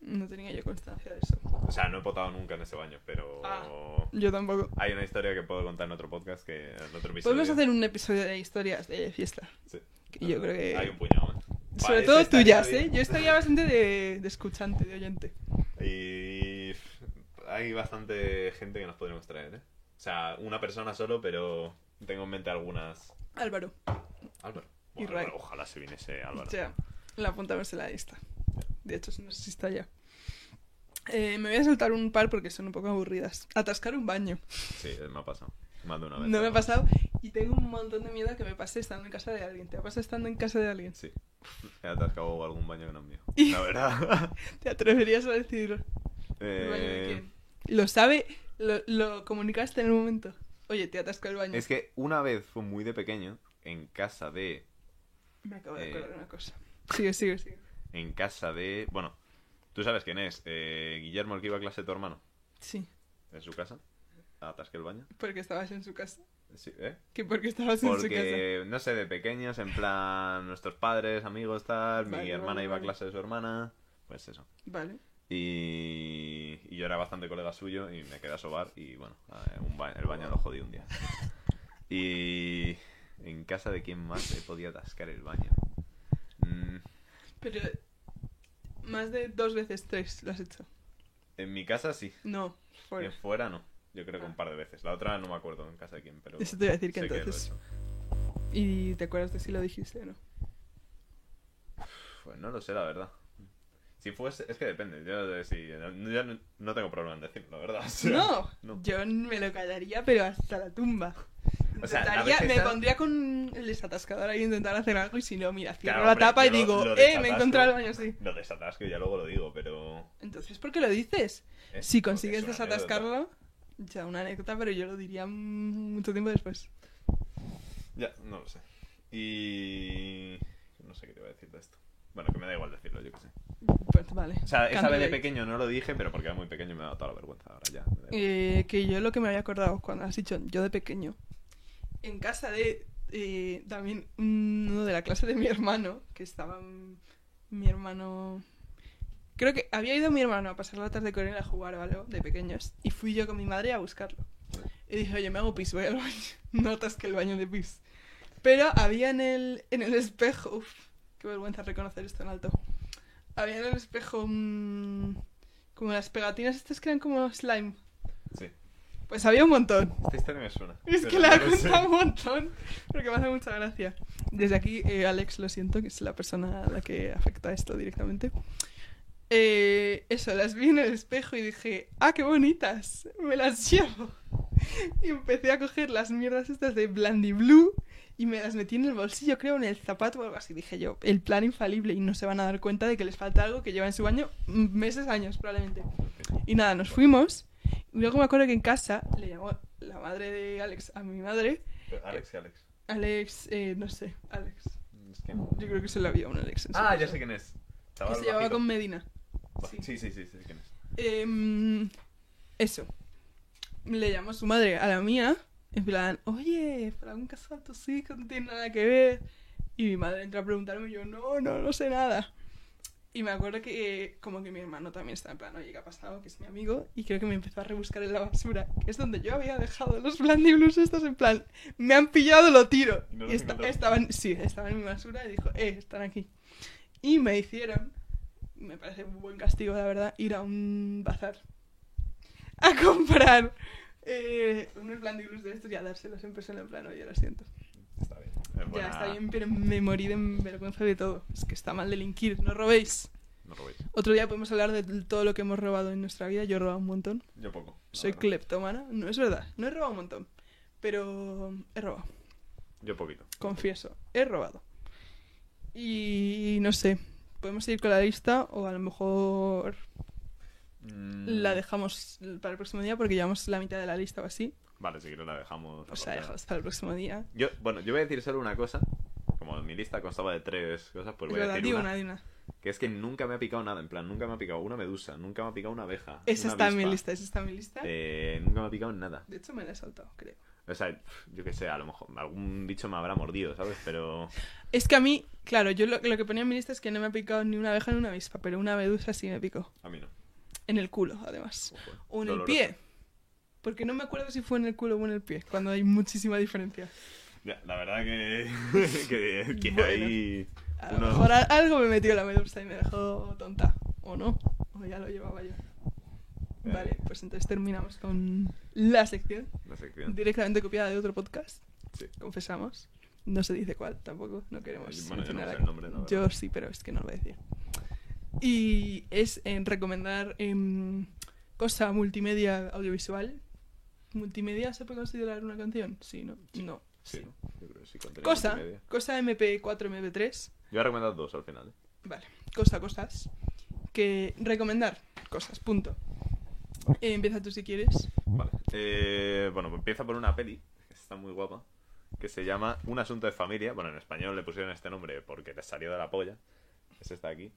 S2: No tenía yo constancia de eso.
S1: O sea, no he potado nunca en ese baño, pero...
S2: Ah. Yo tampoco.
S1: Hay una historia que puedo contar en otro podcast, que en otro episodio.
S2: Podemos hacer un episodio de historias de fiesta.
S1: Sí.
S2: Que yo creo que.
S1: Hay un puñado, ¿eh? Para
S2: Sobre
S1: eso
S2: todo
S1: estaría
S2: tuyas, ¿eh?
S1: bien.
S2: Yo estaría bastante de, de escuchante, de oyente.
S1: Y hay bastante gente que nos podremos traer, ¿eh? O sea, una persona solo, pero tengo en mente algunas.
S2: Álvaro.
S1: Álvaro.
S2: Y
S1: Bueno, Álvaro,
S2: Ray.
S1: ojalá se viniese Álvaro.
S2: O sea, la apuntamos en la lista. De hecho, no sé si está ya. Eh, me voy a saltar un par porque son un poco aburridas. Atascar un baño.
S1: Sí, me ha pasado. Más de una vez.
S2: No me ha
S1: además.
S2: pasado y tengo un montón de miedo a que me pase estando en casa de alguien. ¿Te ha pasado estando en casa de alguien?
S1: Sí. He atascado algún baño que no es mío.
S2: Y-
S1: La verdad.
S2: ¿Te atreverías a decirlo? ¿El baño de
S1: Eh,
S2: quién? Lo sabe, lo, lo comunicaste en el momento. Oye, te atasco el baño.
S1: es que una vez fue muy de pequeño, en casa de.
S2: Me acabo de
S1: eh,
S2: acordar de una cosa. Sigue, sigue, sigue.
S1: En casa de. Bueno, tú sabes quién es. Eh, Guillermo, el que iba a clase de tu hermano.
S2: Sí,
S1: En su casa. Atasqué el baño.
S2: porque estabas en su casa.
S1: Sí, ¿eh?
S2: Que porque estabas en su casa.
S1: Porque, no sé, de pequeños, en plan, nuestros padres, amigos, tal, mi
S2: Vale,
S1: hermana
S2: vale,
S1: iba a
S2: vale.
S1: clase de su hermana, pues eso.
S2: Vale.
S1: Y, y yo era bastante colega suyo y me quedé a sobar y bueno, eh, un ba- el baño lo jodí un día. Y en casa de quién más se podía atascar el baño. Mm,
S2: Pero más de dos veces, tres lo has hecho.
S1: en mi casa sí,
S2: No, fuera.
S1: en fuera no. Yo creo que un
S2: Pues Ah.
S1: par de veces. La otra no me acuerdo en casa de quién, pero...
S2: Eso te iba a decir que
S1: sé lo he
S2: entonces.
S1: hecho.
S2: ¿Y te acuerdas de si lo dijiste o no?
S1: Pues no lo sé, la verdad. Si fuese, es que depende. Yo, eh, sí, no- yo no- no tengo problema en decirlo, la verdad. o sea,
S2: no,
S1: no.
S2: yo me lo callaría, pero hasta la tumba.
S1: O sea, la
S2: Intentaría-
S1: vez
S2: me
S1: esa-
S2: pondría con el desatascador ahí a intentar hacer algo y si no, mira, cierro
S1: Claro,
S2: la
S1: hombre,
S2: tapa y
S1: yo lo-
S2: digo,
S1: lo
S2: eh, me he
S1: desatasco".
S2: encontrado el baño así.
S1: Lo desatasco y ya luego lo digo, pero.
S2: Entonces, ¿por qué lo dices?
S1: ¿eh?
S2: Si
S1: Porque
S2: consigues
S1: es una anécdota.
S2: desatascarlo, ya una anécdota, pero yo lo diría mm, mucho tiempo después.
S1: Ya, no lo sé. Y. No sé qué te iba a decir de esto. Bueno, que me da igual decirlo, yo qué sé.
S2: Pues vale.
S1: O sea, esa
S2: cambio
S1: vez de
S2: ahí.
S1: pequeño no lo dije, pero porque era muy pequeño y me ha dado toda la vergüenza ahora ya. me da igual.
S2: Eh, que yo lo que me había acordado cuando has dicho yo de pequeño, en casa de eh, también uno de la clase de mi hermano, que estaba mm, mi hermano... Creo que había ido mi hermano a pasar la tarde con él a jugar o algo de pequeños y fui yo con mi madre a buscarlo. Y dije, oye, me hago pis, voy al baño. Notas que el baño de pis. Pero había en el, en el espejo... Uf, qué vergüenza reconocer esto en alto. Había en el espejo... mm, como las pegatinas estas que eran como slime.
S1: Sí.
S2: Pues había un montón.
S1: Esta historia me suena.
S2: Es
S1: pero
S2: que la he
S1: no lo sé.
S2: contado un montón, porque me hace mucha gracia. Desde aquí, eh, Alex, lo siento, que es la persona a la que afecta esto directamente. Eh, eso, las vi en el espejo y dije, ah, qué bonitas, me las llevo. Y empecé a coger las mierdas estas de Blandy Blue y me las metí en el bolsillo, creo, en el zapato o algo así. Dije yo, el plan infalible y no se van a dar cuenta de que les falta algo que lleva en su baño mm, meses, años probablemente. Y nada, nos fuimos. Y luego me acuerdo que en casa le llamó la madre de Alex a mi madre.
S1: Alex, Alex.
S2: Alex, eh, no sé, Alex.
S1: Es que-
S2: Yo creo que se la había un Alex. en su
S1: Ah,
S2: casa.
S1: ya sé quién es. chaval.
S2: se llevaba
S1: bajito.
S2: con Medina.
S1: Ba-
S2: sí.
S1: Sí, sí, sí, sí, ¿quién es?
S2: Em, eso. Le llamó su madre a la mía. En plan, oye, por algún casual tus hijos no tienen nada que ver. Y mi madre entra a preguntarme y yo, no, no, no sé nada. Y me acuerdo que eh, como que mi hermano también estaba en plan, oye, ¿qué ha pasado? Que es mi amigo. Y creo que me empezó a rebuscar en la basura, que es donde yo había dejado los blandiblus estos en plan, me han pillado, lo tiro.
S1: Y no
S2: Y
S1: los
S2: esta-
S1: encontraste.
S2: estaban, sí, estaban en mi basura y dijo, eh, están aquí. Y me hicieron, me parece un buen castigo, la verdad, ir a un bazar a comprar eh, unos blandiblus de estos y a dárselos en persona en plan, oye, lo siento.
S1: Está bien. Es buena-
S2: Ya está bien, pero me morí de vergüenza de todo. Es que está mal delinquir, no robéis.
S1: No robéis.
S2: Otro día podemos hablar de todo lo que hemos robado en nuestra vida. Yo he robado un montón.
S1: Yo poco. la
S2: Soy
S1: verdad.
S2: cleptomana. No, es verdad. No he robado un montón. Pero he robado.
S1: Yo poquito.
S2: Confieso. He robado. Y no sé. Podemos seguir con la lista o a lo mejor
S1: Mm,
S2: la dejamos para el próximo día porque llevamos la mitad de la lista o así.
S1: Vale, si quieres la dejamos.
S2: O sea,
S1: apartada.
S2: dejamos para el próximo día.
S1: Yo, bueno, yo voy a decir solo una cosa. Como mi lista constaba de tres cosas, pues
S2: es
S1: voy a
S2: verdad,
S1: decir
S2: di
S1: una,
S2: una, di una.
S1: Que es que nunca me ha picado nada, en plan, nunca me ha picado una medusa, nunca me ha picado una abeja.
S2: Esa
S1: una
S2: está en mi
S1: avispa,
S2: lista, esa está en mi lista.
S1: eh, nunca me ha picado nada.
S2: De hecho, me la he saltado, creo.
S1: O sea, pf, yo qué sé, a lo mejor algún bicho me habrá mordido, ¿sabes? Pero
S2: Es que a mí, claro, yo lo, lo que ponía en mi lista es que no me ha picado ni una abeja ni una avispa, pero una medusa sí me picó.
S1: a mí no.
S2: En el culo, además.
S1: Ojo, eh.
S2: O en el
S1: Doloroso.
S2: pie. Porque no me acuerdo si fue en el culo o en el pie, cuando hay muchísima diferencia.
S1: Ya, la verdad que, que, que
S2: Bueno.
S1: ahí...
S2: A lo
S1: Uno-
S2: mejor a- algo me metió la medusa y me dejó tonta. O no. O ya lo llevaba yo. Vale, pues entonces terminamos con la sección.
S1: La sección.
S2: Directamente copiada de otro podcast.
S1: Sí.
S2: Confesamos. No se dice cuál tampoco. No queremos.
S1: Bueno, yo no
S2: mencionar
S1: sé el
S2: aquí.
S1: nombre, la verdad.
S2: Yo sí, pero es que no lo voy a decir. Y es en recomendar em, cosa multimedia audiovisual. ¿Multimedia se puede considerar una canción? Sí, ¿no? No.
S1: Sí,
S2: sí.
S1: ¿no? Yo creo que sí, contenido
S2: Cosa,
S1: multimedia.
S2: cosa MP4, MP3.
S1: Yo voy a recomendar dos al final. ¿eh?
S2: Vale, cosa, cosas. Que recomendar cosas, punto. Eh, empieza tú si quieres.
S1: Vale. Eh, bueno, pues empieza por una peli, que está muy guapa, que se llama Un asunto de familia. Bueno, en español le pusieron este nombre porque les salió de la polla. Es esta de aquí.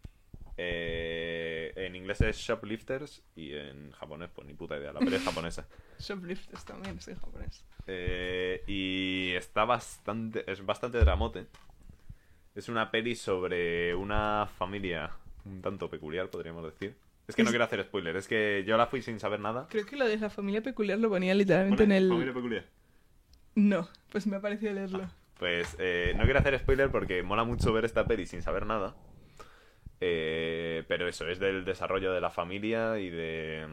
S1: Eh, en inglés es Shoplifters y en japonés, pues ni puta idea, la peli es japonesa.
S2: Shoplifters también, soy japonés.
S1: Eh, y está bastante, es bastante dramote. Es una peli sobre una familia un tanto peculiar, podríamos decir. Es que no
S2: Es-
S1: quiero hacer spoiler, es que yo la fui sin saber nada.
S2: Creo que lo de la familia peculiar lo ponía literalmente en
S1: Pone,
S2: el...
S1: "Familia peculiar.
S2: No, pues me ha parecido leerlo.
S1: Pues eh, no quiero hacer spoiler porque mola mucho ver esta peli sin saber nada. Eh, pero eso, es del desarrollo de la familia y de,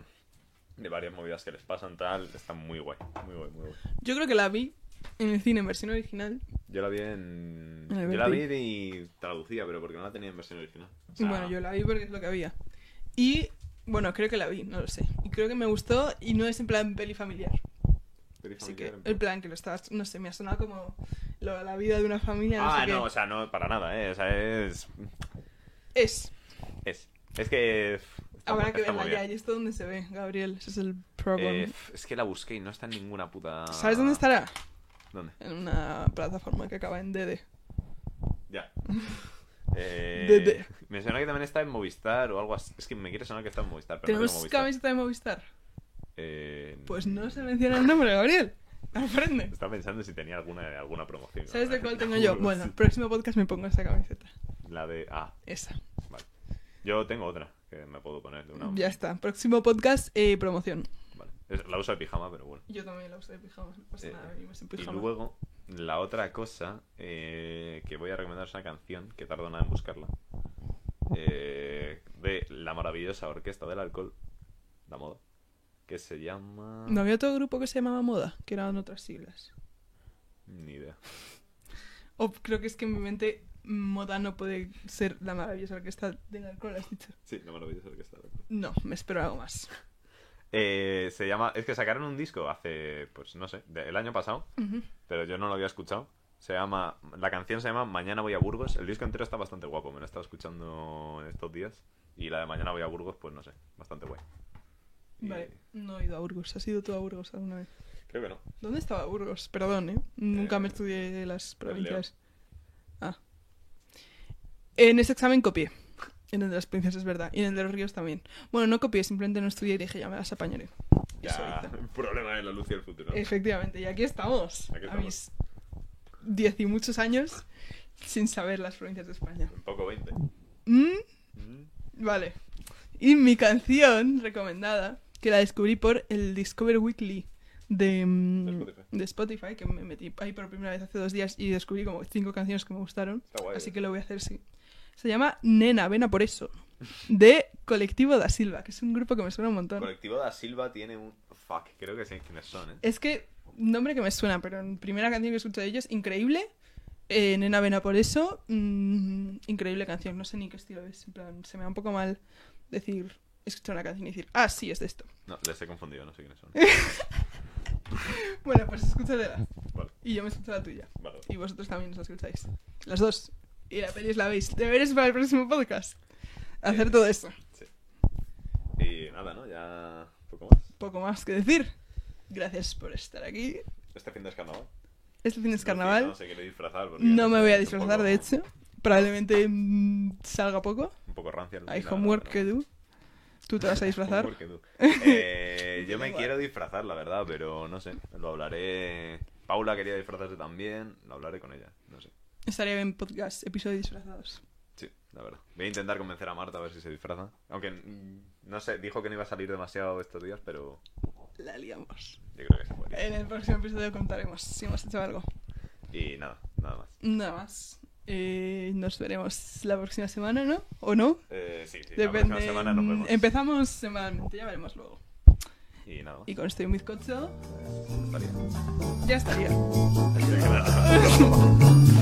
S1: de varias movidas que les pasan, tal. Está muy guay, muy guay, muy guay.
S2: Yo creo que la vi en el cine en versión original.
S1: Yo la vi en.
S2: En el
S1: Yo la vi
S2: Verdi.
S1: y traducía, pero porque no la tenía en versión original. O sea,
S2: Bueno, yo la vi porque es lo que había. Y bueno, creo que la vi, no lo sé. Y creo que me gustó y no es en plan peli familiar.
S1: peli
S2: Así
S1: familiar
S2: que
S1: en
S2: el
S1: plan-
S2: plan que lo estabas, no sé, me ha sonado como lo- la vida de una familia. No
S1: Ah,
S2: sé
S1: no,
S2: qué.
S1: o sea, no, para nada, ¿eh? O sea, es.
S2: Es
S1: Es, es que. pff, está
S2: Habrá
S1: muy-
S2: que
S1: está
S2: verla
S1: muy
S2: ya.
S1: bien.
S2: ¿Y esto dónde se ve, Gabriel? Ese es el
S1: Eh, ah.
S2: problema.
S1: pff, es que la busqué y no está en ninguna puta.
S2: ¿Sabes dónde estará?
S1: ¿Dónde?
S2: En una plataforma que acaba en DD.
S1: Ya. Eh,
S2: Dede.
S1: Me suena que también está en Movistar o algo así. Es que me quiere sonar que está en Movistar, pero no
S2: ¿Tenemos
S1: tengo Movistar.
S2: camiseta de Movistar?
S1: Eh,
S2: Pues no se menciona el nombre, Gabriel. Aprende.
S1: Estaba pensando si tenía alguna, alguna promoción.
S2: ¿Sabes
S1: La
S2: de cuál
S1: verdad
S2: tengo
S1: que
S2: yo?
S1: no.
S2: Bueno, próximo podcast me pongo esa camiseta.
S1: La de... Ah,
S2: Esa.
S1: vale. Yo tengo otra que me puedo poner de una...
S2: Ya está. Próximo podcast, eh, promoción.
S1: Vale. Es- La uso de pijama, pero bueno.
S2: Yo también la usé de pijama. No pasa
S1: Eh,
S2: nada, venimos en
S1: Y
S2: pijama.
S1: luego, la otra cosa eh, que voy a recomendar es una canción que tardo nada en buscarla. eh, de la maravillosa Orquesta del Alcohol, la moda, que se llama...
S2: ¿No había otro grupo que se llamaba Moda? Que eran otras siglas.
S1: Ni idea.
S2: O creo que es que en mi mente Moda no puede ser la maravillosa orquesta del alcohol, has dicho.
S1: Sí, la maravillosa orquesta.
S2: No, me espero algo más.
S1: Eh, se llama. Es que sacaron un disco hace. Pues no sé, de- el año pasado,
S2: Ujú.
S1: pero yo no lo había escuchado. Se llama. La canción se llama Mañana voy a Burgos. El disco entero está bastante guapo, me lo he estado escuchando en estos días. Y la de Mañana voy a Burgos, pues no sé, bastante guay. Y-
S2: Vale, no he ido a Burgos. ¿Has ido tú a Burgos alguna vez?
S1: Creo que no.
S2: ¿Dónde estaba Burgos? Perdón, ¿eh? Nunca me
S1: Eh,
S2: estudié las
S1: en León.
S2: provincias. Ah. En ese examen copié. En el de las provincias es verdad. Y en el de los ríos también. Bueno, no copié, simplemente no estudié y dije, ya me las apañaré. Y eso
S1: Ya,
S2: hice.
S1: problema de la luz y el futuro.
S2: Efectivamente, y aquí estamos.
S1: Aquí
S2: A mis diez y muchos años sin saber las provincias de España.
S1: Un poco 20.
S2: Mm,
S1: Mm.
S2: Vale. Y mi canción recomendada, que la descubrí por el Discover Weekly de, mm,
S1: De Spotify.
S2: de Spotify, que me metí ahí por primera vez hace dos días y descubrí como cinco canciones que me gustaron.
S1: Está guay.
S2: Así
S1: eh.
S2: que lo voy a hacer, sí. Se llama Nena, Vena por eso, de Colectivo da Silva, que es un grupo que me suena un montón.
S1: Colectivo da Silva tiene un. Fuck, creo que sé quiénes son, ¿eh?
S2: Es que, nombre que me suena, pero en primera canción que escucho de ellos, increíble. Eh, Nena Vena por eso, mm, increíble canción. No sé ni qué estilo es. En plan, se me da un poco mal decir, escuchar una canción y decir, ah, sí, es de esto.
S1: No, les he confundido, no sé quiénes son.
S2: Bueno, pues escúchatela.
S1: Vale,
S2: Y yo me escucho la tuya.
S1: vale. vale.
S2: Y vosotros también os la escucháis. Las dos. Y la peli os la veis. Deberes para el próximo podcast. Hacer
S1: Eh,
S2: todo eso.
S1: Y nada, ¿no? Ya. Poco más.
S2: Poco más que decir. Gracias por estar aquí.
S1: Este fin de es carnaval.
S2: Este fin es
S1: No,
S2: carnaval.
S1: se quiere disfrazar. porque
S2: No
S1: sé,
S2: me voy a
S1: es un
S2: disfrazar,
S1: poco-
S2: de hecho. Probablemente mm, salga poco.
S1: Un poco rancia.
S2: Hay homework que do. Tú te vas a disfrazar. Pues
S1: Homework que do. Eh, yo me
S2: Igual.
S1: quiero disfrazar, la verdad, pero no sé. Lo hablaré. Paula quería disfrazarse también. Lo hablaré con ella. No sé.
S2: Estaría bien podcast, episodio disfrazados.
S1: Sí, la verdad. Voy a intentar convencer a Marta a ver si se disfraza. Aunque, mm, no sé, dijo que no iba a salir demasiado estos días, pero
S2: La liamos.
S1: yo creo que se puede.
S2: En el próximo episodio contaremos si hemos hecho algo.
S1: Y nada, nada más.
S2: Nada más. Eh, nos veremos la próxima semana, ¿no? ¿O no?
S1: Eh, sí, sí. La
S2: Depende.
S1: próxima semana nos vemos.
S2: Empezamos semanalmente, ya veremos luego.
S1: Y nada más.
S2: Y con esto y un bizcocho,
S1: Estaría.
S2: ya estaría.
S1: Así que nada.